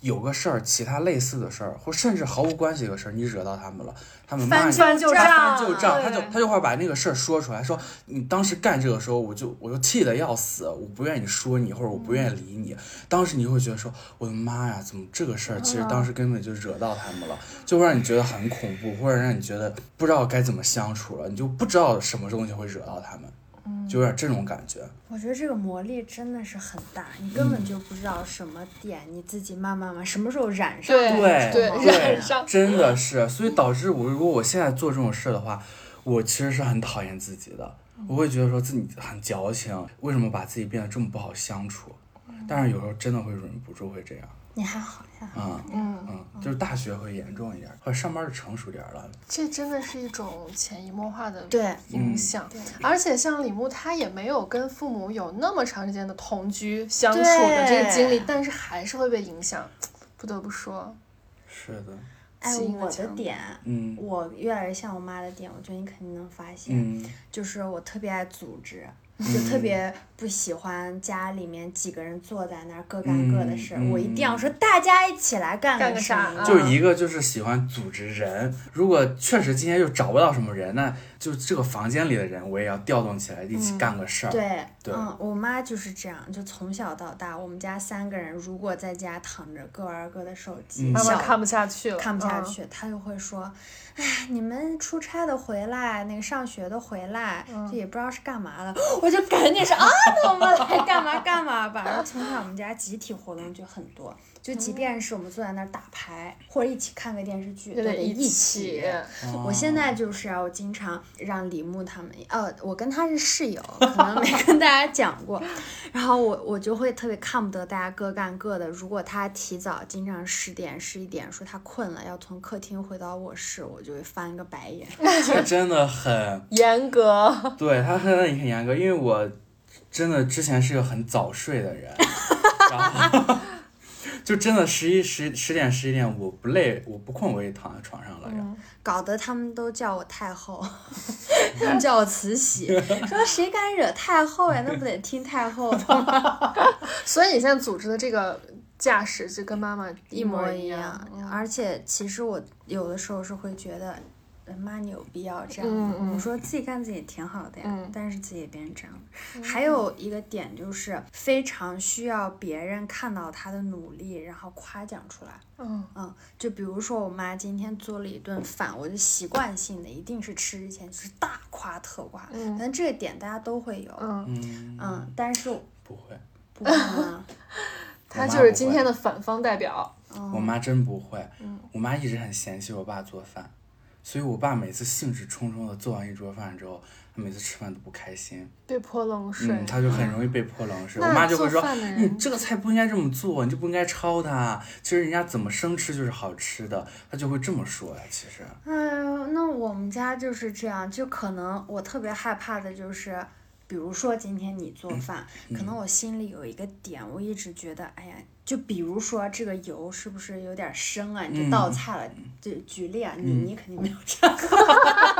[SPEAKER 3] 有个事儿，其他类似的事儿，或甚至毫无关系的一个事儿，你惹到他们了，他们骂
[SPEAKER 2] 翻
[SPEAKER 3] 你。
[SPEAKER 2] 翻旧
[SPEAKER 3] 他
[SPEAKER 2] 账，
[SPEAKER 3] 翻旧账，他就
[SPEAKER 2] 对
[SPEAKER 3] 他就会把那个事儿说出来，说你当时干这个时候，我就我就气得要死，我不愿意说你，或者我不愿意理你。当时你会觉得说，我的妈呀，怎么这个事儿其实当时根本就惹到他们了，就会让你觉得很恐怖，或者让你觉得不知道该怎么相处了，你就不知道什么东西会惹到他们，就有点这种感觉。
[SPEAKER 1] 我觉得这个魔力真的是很大，你根
[SPEAKER 2] 嗯
[SPEAKER 1] 本就不知道什么点你自己慢慢慢什么时候染上。
[SPEAKER 2] 对
[SPEAKER 3] 对
[SPEAKER 2] 染上。
[SPEAKER 3] 真的是，所以导致我如果我现在做这种事的话，我其实是很讨厌自己的，我会觉得说自己很矫情，为什么把自己变得这么不好相处？但是有时候真的会忍不住会这样，
[SPEAKER 1] 你还好呀，
[SPEAKER 3] 啊、
[SPEAKER 2] 嗯，
[SPEAKER 3] 嗯，就是大学会严重一点，或者上班就成熟点了，
[SPEAKER 2] 这真的是一种潜移默化的
[SPEAKER 1] 对，
[SPEAKER 3] 嗯
[SPEAKER 2] 影响。而且像李牧，他也没有跟父母有那么长时间的同居相处的这个经历，
[SPEAKER 1] 对
[SPEAKER 2] 但是还是会被影响。不得不说，
[SPEAKER 3] 是的，
[SPEAKER 1] 哎，
[SPEAKER 2] 基因的
[SPEAKER 1] 我的
[SPEAKER 2] 强
[SPEAKER 1] 点，
[SPEAKER 3] 嗯
[SPEAKER 1] 我越来越像我妈的点，我觉得你肯定能发现，
[SPEAKER 3] 嗯
[SPEAKER 1] 就是我特别爱组织。就特别不喜欢家里面几个人坐在那儿各干各的事，
[SPEAKER 3] 嗯嗯
[SPEAKER 1] 我一定要说大家一起来干
[SPEAKER 2] 干个
[SPEAKER 1] 什
[SPEAKER 2] 啥
[SPEAKER 1] 么
[SPEAKER 2] 啊
[SPEAKER 3] 就一个就是喜欢组织人，如果确实今天就找不到什么人，那就是这个房间里的人，我也要调动起来一起干个事儿。
[SPEAKER 1] 对，
[SPEAKER 3] 对
[SPEAKER 1] 嗯，我妈就是这样，就从小到大，我们家三个人如果在家躺着各玩各的手机，
[SPEAKER 3] 嗯
[SPEAKER 2] 妈妈
[SPEAKER 1] 小
[SPEAKER 2] 看不下去了，
[SPEAKER 1] 看不下
[SPEAKER 2] 嗯。
[SPEAKER 1] 去，她就会说：“哎，你们出差的回来，那个上学的回来，
[SPEAKER 2] 嗯
[SPEAKER 1] 这也不知道是干嘛的。” <gasps> 我就赶紧说：“啊，那我们来 <laughs> 干嘛干嘛吧。”然后从小我们家集体活动就很多，就即
[SPEAKER 2] 嗯
[SPEAKER 1] 便是我们坐在那儿打牌或者一起看个电视剧，
[SPEAKER 2] 就
[SPEAKER 1] 都
[SPEAKER 2] 得
[SPEAKER 1] 得
[SPEAKER 2] 一
[SPEAKER 1] 起
[SPEAKER 2] 起。
[SPEAKER 1] 我现在就是啊，我经常让李牧他们，呃，我跟他是室友，可能没跟大家讲过。然后我我就会特别看不得大家各干各的。如果他提早，经常十点十一点说他困了，要从客厅回到卧室，我就会翻个白眼。
[SPEAKER 3] 这真的很
[SPEAKER 2] 严格，
[SPEAKER 3] 对他真的很严格，因为我真的之前是个很早睡的人，然后 <laughs> 就真的十一十十点十一点我不累我不困我也躺在床上了呀。
[SPEAKER 2] 嗯
[SPEAKER 1] 搞得他们都叫我太后， <laughs> 他们叫我慈禧，说谁敢惹太后呀？那不得听太后的吗？
[SPEAKER 2] 所以你现在组织的这个架势就跟妈妈
[SPEAKER 1] 一模
[SPEAKER 2] 模
[SPEAKER 1] 一
[SPEAKER 2] 样嗯
[SPEAKER 1] 样。。而且其实我有的时候是会觉得，呃妈，你有必要这样
[SPEAKER 2] 嗯
[SPEAKER 1] 吗？
[SPEAKER 2] 嗯
[SPEAKER 1] 我说自己干自己挺好的呀，
[SPEAKER 2] 嗯
[SPEAKER 1] 但是自己也变成这样了。还有一个点就是非常需要别人看到他的努力，然后夸奖出来。
[SPEAKER 2] 嗯，
[SPEAKER 1] 嗯，就比如说我妈今天做了一顿饭，我就习惯性的一定是吃之前就是大夸特夸，
[SPEAKER 2] 嗯
[SPEAKER 1] 但这个点大家都会有。
[SPEAKER 2] 嗯，
[SPEAKER 3] 嗯，
[SPEAKER 1] 嗯，但是我
[SPEAKER 3] 不会，
[SPEAKER 1] 不会啊吗？
[SPEAKER 2] 他
[SPEAKER 3] 我妈
[SPEAKER 2] 就是
[SPEAKER 3] 不
[SPEAKER 2] 今
[SPEAKER 3] 会
[SPEAKER 2] 天的反方代表。
[SPEAKER 3] 我妈真不会
[SPEAKER 2] 哦嗯，
[SPEAKER 3] 我妈一直很嫌弃我爸做饭，所以我爸每次兴致冲冲的做完一桌饭之后，他每次吃饭都不开心，
[SPEAKER 2] 被泼冷水，
[SPEAKER 3] 嗯，他就很容易被泼冷水。
[SPEAKER 2] 那
[SPEAKER 3] 我妈就会
[SPEAKER 2] 做
[SPEAKER 3] 说
[SPEAKER 2] 饭的：“
[SPEAKER 3] 你
[SPEAKER 2] 人
[SPEAKER 3] 这个菜不应该这么做，你就不应该抄它。其实人家怎么生吃就是好吃的，她就会这么说呀。其实，
[SPEAKER 1] 哎呦，那我们家就是这样，就可能我特别害怕的就是，比如说今天你做饭，可能我心里有一个点，我一直觉得，哎呀，就比如说这个油是不是有点深啊？你这倒菜了，就举例啊，你
[SPEAKER 3] 嗯
[SPEAKER 1] 你肯定没有这样。 <laughs>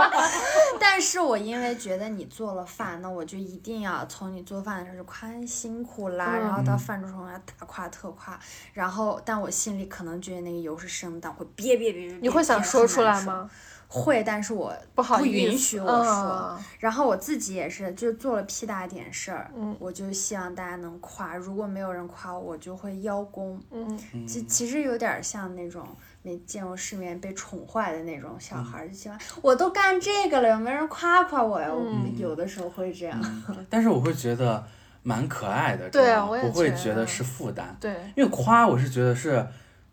[SPEAKER 1] 但是我因为觉得你做了饭，那我就一定要从你做饭的时候就夸哎辛苦啦，然后到饭桌上我要大夸特夸，然后但我心里可能觉得那个油是生的，但我会憋憋憋憋憋，
[SPEAKER 2] 你会想
[SPEAKER 1] 憋
[SPEAKER 2] 说
[SPEAKER 1] 很
[SPEAKER 2] 出
[SPEAKER 1] 难
[SPEAKER 2] 来
[SPEAKER 1] 受
[SPEAKER 2] 吗？
[SPEAKER 1] 会，但是我
[SPEAKER 2] 不好意思，
[SPEAKER 1] 允许我说。
[SPEAKER 2] 嗯
[SPEAKER 1] 然后我自己也是，就做了屁大点事儿，
[SPEAKER 2] 嗯
[SPEAKER 1] 我就希望大家能夸。如果没有人夸我，我就会邀功。
[SPEAKER 2] 嗯，
[SPEAKER 1] 其其实有点像那种没见过世面被宠坏的那种
[SPEAKER 2] 嗯
[SPEAKER 1] 小孩儿，就希望我都干这个了，有没有人夸夸我呀？我
[SPEAKER 2] 嗯
[SPEAKER 1] 有的时候会这样。 <laughs>
[SPEAKER 3] 但是我会觉得蛮可爱的，
[SPEAKER 2] 对啊
[SPEAKER 3] 这样
[SPEAKER 2] 我也
[SPEAKER 3] 不会
[SPEAKER 2] 觉
[SPEAKER 3] 觉
[SPEAKER 2] 得
[SPEAKER 3] 得是负担，
[SPEAKER 2] 对，
[SPEAKER 3] 因为夸我是觉得是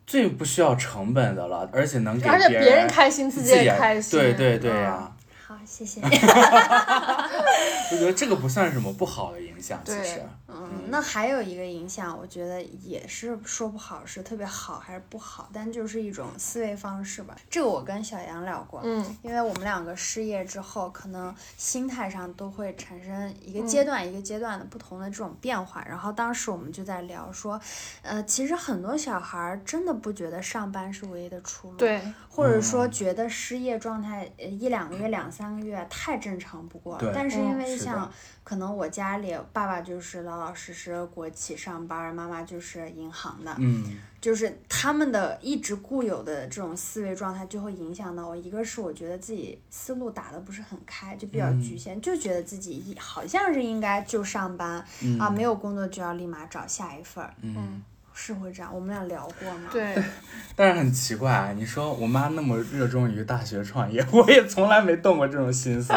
[SPEAKER 3] 最不需要成本的了，而且能给
[SPEAKER 2] 而且别人
[SPEAKER 3] 人
[SPEAKER 2] 开心，自己也开心。
[SPEAKER 3] 对对对
[SPEAKER 2] 嗯
[SPEAKER 3] 呀、
[SPEAKER 1] 好，谢谢。
[SPEAKER 3] 就觉得这个不算什么不好的影响，其
[SPEAKER 2] 嗯对
[SPEAKER 3] 实，
[SPEAKER 1] 嗯，那还有一个影响，我觉得也是说不好是特别好还是不好，但就是一种思维方式吧。这个我跟小杨聊过，
[SPEAKER 2] 嗯
[SPEAKER 1] 因为我们两个失业之后，可能心态上都会产生一
[SPEAKER 2] 嗯
[SPEAKER 1] 个阶段一个阶段的不同的这种变化。然后当时我们就在聊说，呃，其实很多小孩儿真的不觉得上班是唯一的出路，，
[SPEAKER 2] 对，
[SPEAKER 1] 或者说
[SPEAKER 3] 嗯
[SPEAKER 1] 觉得失业状态呃一两个月、两三个月太正常不过了
[SPEAKER 3] 对。
[SPEAKER 1] 但是因
[SPEAKER 2] 嗯
[SPEAKER 1] 为
[SPEAKER 3] 是
[SPEAKER 1] 像
[SPEAKER 3] 的
[SPEAKER 1] 可能我家里爸爸就是老老实实国企上班，妈妈就是银行的，
[SPEAKER 3] 嗯，
[SPEAKER 1] 就是他们的一直固有的这种思维状态，就会影响到我。一个是我觉得自己思路打得不是很开，就比较
[SPEAKER 3] 嗯
[SPEAKER 1] 局限，就觉得自己一好像是应该就上班、
[SPEAKER 3] 嗯
[SPEAKER 1] 啊，没有工作就要立马找下一份儿，
[SPEAKER 3] 嗯，
[SPEAKER 1] 是会这样。我们俩聊过吗？，
[SPEAKER 2] 对，
[SPEAKER 3] 但是很奇怪，啊你说我妈那么热衷于大学创业， <laughs> 我也从来没动过这种心思。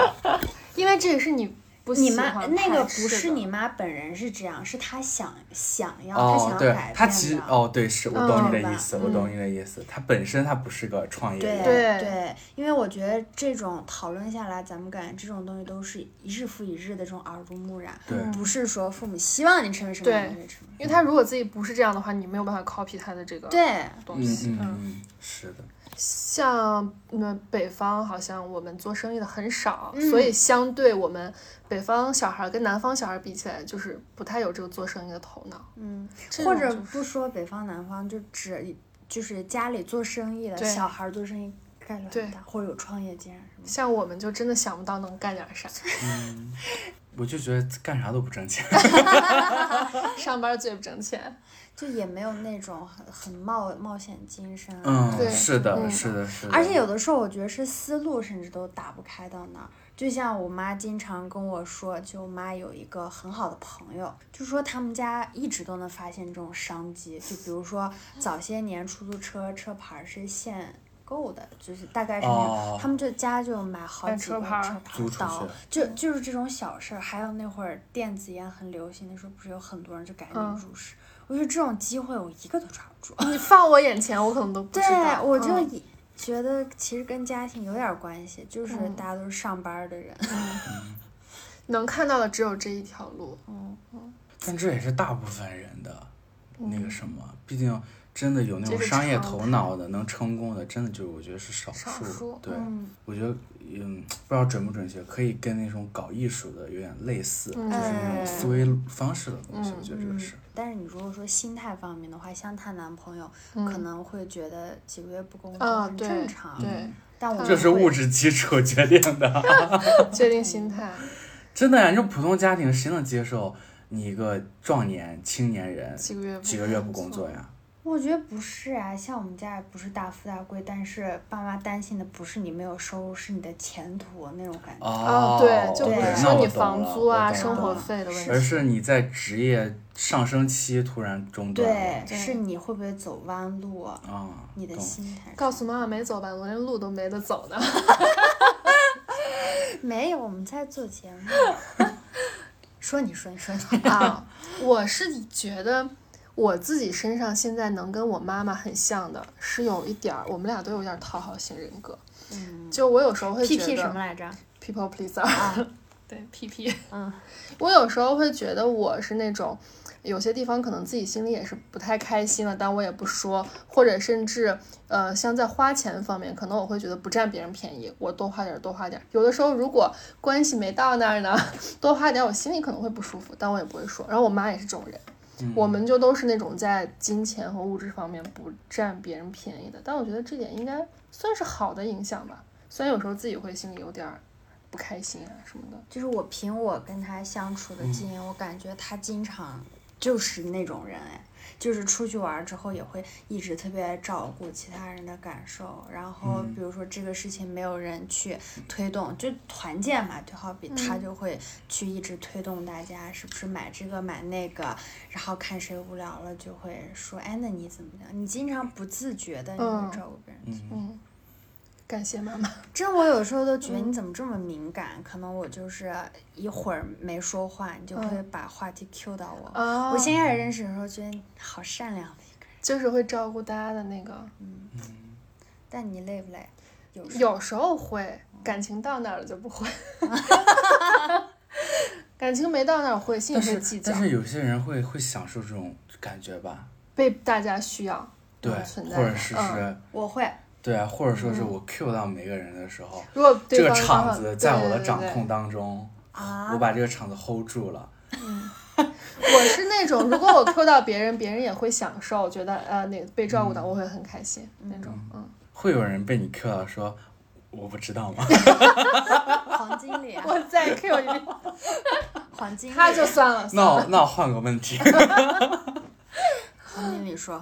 [SPEAKER 2] 因为这也是你不
[SPEAKER 1] 你
[SPEAKER 2] 喜
[SPEAKER 1] 妈
[SPEAKER 2] 欢
[SPEAKER 1] 那个
[SPEAKER 2] 排
[SPEAKER 1] 不
[SPEAKER 2] 斥
[SPEAKER 1] 是
[SPEAKER 2] 的
[SPEAKER 1] 你妈本人是这样，是她想想要，她想
[SPEAKER 3] 哦
[SPEAKER 1] 要，
[SPEAKER 3] 对
[SPEAKER 1] 改变，
[SPEAKER 3] 她其实
[SPEAKER 1] 的
[SPEAKER 3] 哦，对，是我
[SPEAKER 2] 嗯
[SPEAKER 3] 懂你
[SPEAKER 1] 懂
[SPEAKER 3] 的
[SPEAKER 1] 吧
[SPEAKER 3] 意思，我懂你的意思。她本身她不是个创业
[SPEAKER 1] 对
[SPEAKER 3] 者，
[SPEAKER 2] 对
[SPEAKER 1] 因为我觉得这种讨论下来，咱们感觉这种东西都是一日复一日的这种耳濡目染，
[SPEAKER 3] 对
[SPEAKER 1] 不是说父母希望你成为什么样的
[SPEAKER 2] 嗯对
[SPEAKER 1] 人成为
[SPEAKER 2] 因为他如果自己不是这样的话，你没有办法 copy 他的这个
[SPEAKER 1] 对，
[SPEAKER 2] 东
[SPEAKER 3] 嗯
[SPEAKER 2] 西。
[SPEAKER 3] 嗯嗯，是的，
[SPEAKER 2] 像你们北方，好像我们做生意的很少，
[SPEAKER 1] 嗯
[SPEAKER 2] 所以相对我们北方小孩跟南方小孩比起来，就是不太有这个做生意的头脑。
[SPEAKER 1] 嗯，
[SPEAKER 2] 这种
[SPEAKER 1] 或者
[SPEAKER 2] 就是
[SPEAKER 1] 不说北方南方，就只就是家里做生意的
[SPEAKER 2] 对
[SPEAKER 1] 小孩儿做生意概率
[SPEAKER 2] 对
[SPEAKER 1] 很大，或者有创业精神什么的。
[SPEAKER 2] 像我们就真的想不到能干点
[SPEAKER 1] <laughs>
[SPEAKER 2] 啥，
[SPEAKER 3] 我就觉得干啥都不
[SPEAKER 2] <laughs>
[SPEAKER 3] 挣钱。
[SPEAKER 2] 上班最不挣钱。 <laughs>
[SPEAKER 1] 就也没有那种很很冒冒险精神啊、
[SPEAKER 3] 嗯
[SPEAKER 2] 对，
[SPEAKER 3] 是的，
[SPEAKER 2] 嗯
[SPEAKER 3] 是的，是的。
[SPEAKER 1] 而且有的时候我觉得是思路甚至都打不开到那儿，就像我妈经常跟我说，就我妈有一个很好的朋友，就说他们家一直都能发现这种商机，就比如说早些年出租车车牌是限。购的，就是大概是那种，
[SPEAKER 3] 哦
[SPEAKER 1] 他们就家就买好
[SPEAKER 2] 买
[SPEAKER 1] 几
[SPEAKER 2] 车
[SPEAKER 1] 个车
[SPEAKER 2] 牌儿
[SPEAKER 1] 牌
[SPEAKER 3] 租出
[SPEAKER 1] 刀
[SPEAKER 3] 去，
[SPEAKER 1] 就就是这种小事儿。还有那会儿电子烟很流行，那时候不是有很多人就改名
[SPEAKER 2] 嗯
[SPEAKER 1] 入市，我觉得这种机会我一个都抓不住。
[SPEAKER 2] 你放我眼前，我可能都不
[SPEAKER 1] 对
[SPEAKER 2] 知道。，
[SPEAKER 1] 我就
[SPEAKER 2] 嗯
[SPEAKER 1] 以觉得其实跟家庭有点儿关系，就是
[SPEAKER 2] 嗯
[SPEAKER 1] 大家都是上班儿的人。
[SPEAKER 2] 能看到的只有这一条路。
[SPEAKER 1] 嗯
[SPEAKER 3] 但这也是大部分人的那
[SPEAKER 2] 嗯
[SPEAKER 3] 个什么，毕竟真的有那种
[SPEAKER 2] 这是
[SPEAKER 3] 商业
[SPEAKER 2] 常
[SPEAKER 3] 头
[SPEAKER 2] 态
[SPEAKER 3] 脑的能成功的，真的就我觉得是少
[SPEAKER 2] 少
[SPEAKER 3] 数。
[SPEAKER 2] 数
[SPEAKER 3] 对，
[SPEAKER 1] 嗯
[SPEAKER 3] 我觉得嗯，不知道准不准确，可以跟那种搞艺术的有点类似，
[SPEAKER 2] 嗯
[SPEAKER 3] 就是那种思维方式的东西。
[SPEAKER 2] 嗯
[SPEAKER 3] 我觉得这个是，
[SPEAKER 1] 但是你如果说心态方面的话，像她男朋友哦
[SPEAKER 2] 嗯
[SPEAKER 1] 可能会觉得几个月不工作
[SPEAKER 2] 啊
[SPEAKER 1] 很
[SPEAKER 2] 对
[SPEAKER 1] 正常，
[SPEAKER 2] 对，
[SPEAKER 1] 但我
[SPEAKER 2] 嗯
[SPEAKER 3] 这
[SPEAKER 1] 们
[SPEAKER 3] 是
[SPEAKER 1] 会 <laughs>
[SPEAKER 3] 物质基础决定的。 <laughs>
[SPEAKER 2] 决定心态。
[SPEAKER 3] 真的呀，你说普通家庭谁能接受你一个壮年青年人
[SPEAKER 2] 几个月不
[SPEAKER 3] 几个月不工作呀？
[SPEAKER 1] 我觉得不是啊，像我们家也不是大富大贵，但是爸妈担心的不是你没有收入，是你的前途那种感觉。
[SPEAKER 2] 啊，
[SPEAKER 3] 哦，
[SPEAKER 2] 对，就
[SPEAKER 1] 对
[SPEAKER 2] 比如
[SPEAKER 3] 那
[SPEAKER 2] 说
[SPEAKER 3] 我
[SPEAKER 2] 你
[SPEAKER 3] 懂
[SPEAKER 2] 房
[SPEAKER 3] 了
[SPEAKER 2] 租
[SPEAKER 3] 我
[SPEAKER 2] 啊、
[SPEAKER 3] 懂
[SPEAKER 2] 生
[SPEAKER 3] 了
[SPEAKER 2] 活费的问
[SPEAKER 3] 而
[SPEAKER 2] 题。
[SPEAKER 3] 是你在职业上升期突然中断
[SPEAKER 1] 对，
[SPEAKER 3] 了。
[SPEAKER 2] 对
[SPEAKER 1] 是你会不会走弯路，
[SPEAKER 3] 啊，
[SPEAKER 1] 你的
[SPEAKER 3] 懂
[SPEAKER 1] 心态。
[SPEAKER 2] 告诉妈妈没走吧，我连路都没得走呢。
[SPEAKER 1] 没有，我们在做节目。 <laughs> 说你说你说你，
[SPEAKER 2] 啊，我是觉得我自己身上现在能跟我妈妈很像的，是有一点儿，我们俩都有点儿讨好型人格。
[SPEAKER 1] 嗯
[SPEAKER 2] 就我有时候会
[SPEAKER 1] 屁
[SPEAKER 2] 觉得
[SPEAKER 1] 屁什么来着？
[SPEAKER 2] people pleaser，
[SPEAKER 1] 啊，
[SPEAKER 2] 对 PP。
[SPEAKER 1] 嗯，
[SPEAKER 2] <laughs> 我有时候会觉得我是那种，有些地方可能自己心里也是不太开心的，但我也不说，或者甚至呃，像在花钱方面，可能我会觉得不占别人便宜，我多花点儿多花点儿。有的时候如果关系没到那儿呢， <laughs> 多花点儿我心里可能会不舒服，但我也不会说。然后我妈也是这种人。
[SPEAKER 3] 嗯
[SPEAKER 2] 我们就都是那种在金钱和物质方面不占别人便宜的，但我觉得这点应该算是好的影响吧。虽然有时候自己会心里有点儿不开心啊什么的，
[SPEAKER 1] 就是我凭我跟他相处的经验，我感觉他经常就是那种人哎，就是出去玩儿之后也会一直特别照顾其他人的感受，然后
[SPEAKER 3] 嗯
[SPEAKER 1] 比如说这个事情没有人去推动，就团建嘛，就好比他
[SPEAKER 2] 嗯
[SPEAKER 1] 就会去一直推动大家是不是买这个买那个，然后看谁无聊了就会说哎那你怎么样？你经常不自觉的你
[SPEAKER 2] 嗯
[SPEAKER 1] 会照顾别人。
[SPEAKER 3] 嗯，
[SPEAKER 2] 嗯，感谢妈妈。
[SPEAKER 1] 真的，我有时候都觉得
[SPEAKER 2] 嗯
[SPEAKER 1] 你怎么这么敏感？可能我就是一会儿没说话，你就会
[SPEAKER 2] 嗯
[SPEAKER 1] 把话题 Q 到我。
[SPEAKER 3] 哦
[SPEAKER 2] 啊
[SPEAKER 1] 我先开始认识的时候觉得你好善良的一个人，
[SPEAKER 2] 就是会照顾大家的那个，嗯
[SPEAKER 1] 但你累不累？有时候
[SPEAKER 2] 有时候会，感情到那儿了就不
[SPEAKER 3] <laughs>
[SPEAKER 2] 会， <laughs> 感情没到那儿会，心
[SPEAKER 3] 但
[SPEAKER 2] 里会计
[SPEAKER 3] 是
[SPEAKER 2] 较
[SPEAKER 3] 但，是有些人会会享受这种感觉吧？
[SPEAKER 2] 被大家需要，
[SPEAKER 3] 对，
[SPEAKER 2] 有存在
[SPEAKER 3] 或者
[SPEAKER 2] 感
[SPEAKER 3] 是
[SPEAKER 2] 嗯
[SPEAKER 3] 是，
[SPEAKER 1] 我会，
[SPEAKER 3] 对啊，或者说是我 Q 到每个人的时候，
[SPEAKER 2] 如果对
[SPEAKER 3] 这
[SPEAKER 2] 方
[SPEAKER 3] 个
[SPEAKER 2] 刚
[SPEAKER 3] 场
[SPEAKER 2] 好
[SPEAKER 3] 子在我的
[SPEAKER 2] 对
[SPEAKER 3] 掌
[SPEAKER 2] 对对
[SPEAKER 3] 控当中，
[SPEAKER 1] 啊
[SPEAKER 3] 我把这个场子 hold 住了。
[SPEAKER 2] <laughs> 我是那种，如果我 Q 到别人，别人也会享受，觉得呃那被照顾到，我会很开心那种。嗯，
[SPEAKER 3] 会有人被你 Q 到说我不知道吗？ <laughs>
[SPEAKER 1] 黄经理、啊，
[SPEAKER 2] <laughs> 我再 Q 一遍，
[SPEAKER 1] 黄经理，
[SPEAKER 2] 嗯他就算了。
[SPEAKER 3] 那我那我换个
[SPEAKER 2] <laughs>
[SPEAKER 3] 问题，
[SPEAKER 1] 黄经理说，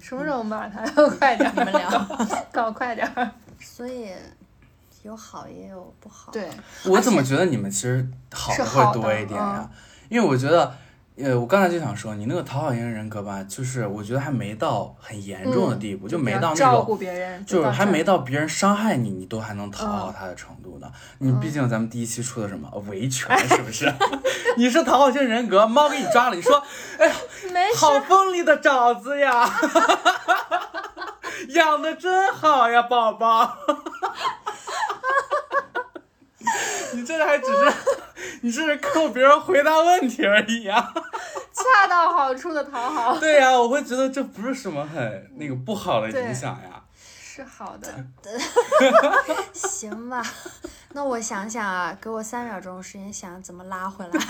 [SPEAKER 2] 什么时候骂 <laughs> 他？快点，
[SPEAKER 1] 你们
[SPEAKER 2] <laughs>
[SPEAKER 1] 聊。
[SPEAKER 2] 搞快点。
[SPEAKER 1] 所以有好也有不好。，
[SPEAKER 2] 对，
[SPEAKER 3] 我怎么觉得你们其实好
[SPEAKER 2] 是
[SPEAKER 3] 的
[SPEAKER 2] 好
[SPEAKER 3] 会
[SPEAKER 2] 的嗯
[SPEAKER 3] 多一点呀、因为我觉得，呃，我刚才就想说，你那个讨好型人格吧，就是我觉得还没到很严重的
[SPEAKER 2] 嗯
[SPEAKER 3] 地步，就没到那
[SPEAKER 2] 照
[SPEAKER 3] 种
[SPEAKER 2] 顾别人，
[SPEAKER 3] 就是还没
[SPEAKER 2] 到嗯
[SPEAKER 3] 到别人伤害你，你都还能讨好他的程度呢。你毕竟咱们第一期出的什么维权，是不是？ <laughs> 你是讨好型人格，猫给你抓了，你说哎
[SPEAKER 2] 这儿没事。
[SPEAKER 3] 好锋利的爪子呀， <laughs> 养的真好呀，宝宝。 <laughs> 你这还只是，你这是扣别人回答问题而已啊。
[SPEAKER 2] 恰到好处的讨 <laughs> 好
[SPEAKER 3] <laughs> 对呀、我会觉得这不是什么很那个不好的影响呀。
[SPEAKER 2] 是好的。
[SPEAKER 1] 行吧，那我想想啊，给我三秒钟时间想怎么拉
[SPEAKER 2] <laughs>
[SPEAKER 1] 回来。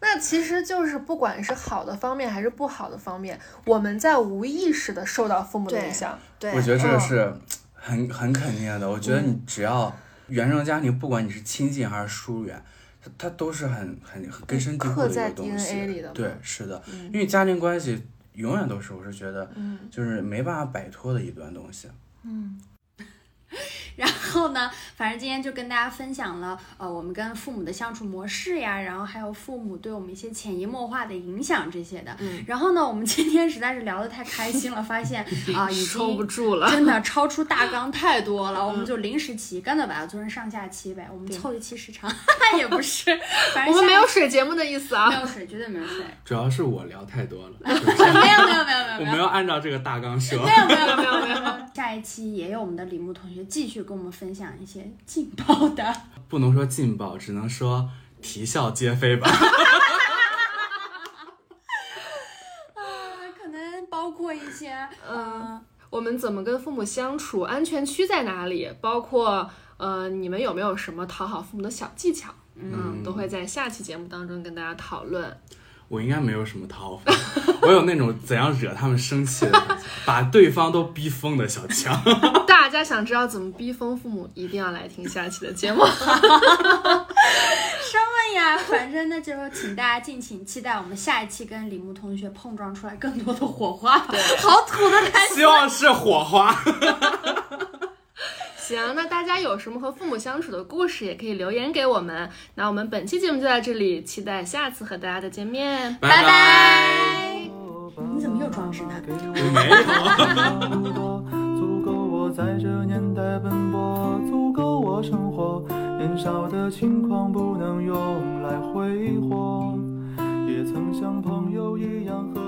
[SPEAKER 2] 那其实就是不管是好的方面还是不好的方面，我们在无意识的受到父母的
[SPEAKER 1] 对
[SPEAKER 2] 影响。
[SPEAKER 1] 对，
[SPEAKER 3] 我觉得这个
[SPEAKER 2] 嗯
[SPEAKER 3] 是很很肯定的。我觉得你只要原生家庭，不管你是亲近还是疏远，它它都是很很很根深蒂
[SPEAKER 2] 嗯
[SPEAKER 3] 固
[SPEAKER 2] 刻
[SPEAKER 3] 的一
[SPEAKER 2] 在
[SPEAKER 3] 个东西。
[SPEAKER 2] DNA 里的嘛嗯
[SPEAKER 3] 对，是的，因为家庭关系永远都是，我是觉得，就是没办法摆脱的一段东西。
[SPEAKER 1] 嗯，然后呢，反正今天就跟大家分享了，呃，我们跟父母的相处模式呀，然后还有父母对我们一些潜移默化的影响这些的。
[SPEAKER 2] 嗯
[SPEAKER 1] 然后呢，我们今天实在是聊得太开心了，发现
[SPEAKER 2] <laughs>
[SPEAKER 1] 啊、已
[SPEAKER 2] 收不
[SPEAKER 1] 经
[SPEAKER 2] 住了。
[SPEAKER 1] 真的 <laughs> 超出大纲太多
[SPEAKER 2] <laughs>
[SPEAKER 1] 了，我们就临时起意，干脆把它做成上下期呗，我们凑一期时长， <laughs> 也不是，反
[SPEAKER 2] 我
[SPEAKER 1] 正
[SPEAKER 2] 们没
[SPEAKER 1] 下
[SPEAKER 2] 有水节目的意思
[SPEAKER 1] 没
[SPEAKER 2] 啊，
[SPEAKER 1] 有水，绝对没有水， <laughs>
[SPEAKER 3] 主要是我聊太多了，
[SPEAKER 2] <laughs>
[SPEAKER 1] 没有没有没有没有
[SPEAKER 3] 我
[SPEAKER 1] 没有
[SPEAKER 3] 没有按照这个大纲说。
[SPEAKER 1] 没有没有
[SPEAKER 2] <laughs>
[SPEAKER 1] 没有没有。下一期也有我们的李牧同学继续跟我们分享一些劲爆的。
[SPEAKER 3] 不能说劲爆，只能说啼笑皆非吧。
[SPEAKER 2] <laughs>
[SPEAKER 1] 呃可能包括一些，
[SPEAKER 2] 嗯，我们怎么跟父母相处，安全区在哪里，包括呃，你们有没有什么讨好父母的小技巧，嗯，都会在下期节目当中跟大家讨论。
[SPEAKER 3] 我应该没有什么套法，我有那种怎样惹他们生气的，把对方都逼疯的小强。
[SPEAKER 2] 大家想知道怎么逼疯父母，一定要来听下期的节目。
[SPEAKER 1] 什么呀？反正那就请大家敬请期待我们下一期跟李牧同学碰撞出来更多的火花。好土的台词
[SPEAKER 3] 希。望是火花。
[SPEAKER 2] 行，那大家有什么和父母相处的故事，也可以留言给我们。那我们本期节目就到这里，期待下次和大家的见面。
[SPEAKER 3] 拜
[SPEAKER 1] 拜。
[SPEAKER 4] 你怎么又装饰呢？ <laughs> 足够我在这年代奔波，足够我生活。年少的轻狂不能用来挥霍，也曾像朋友一样和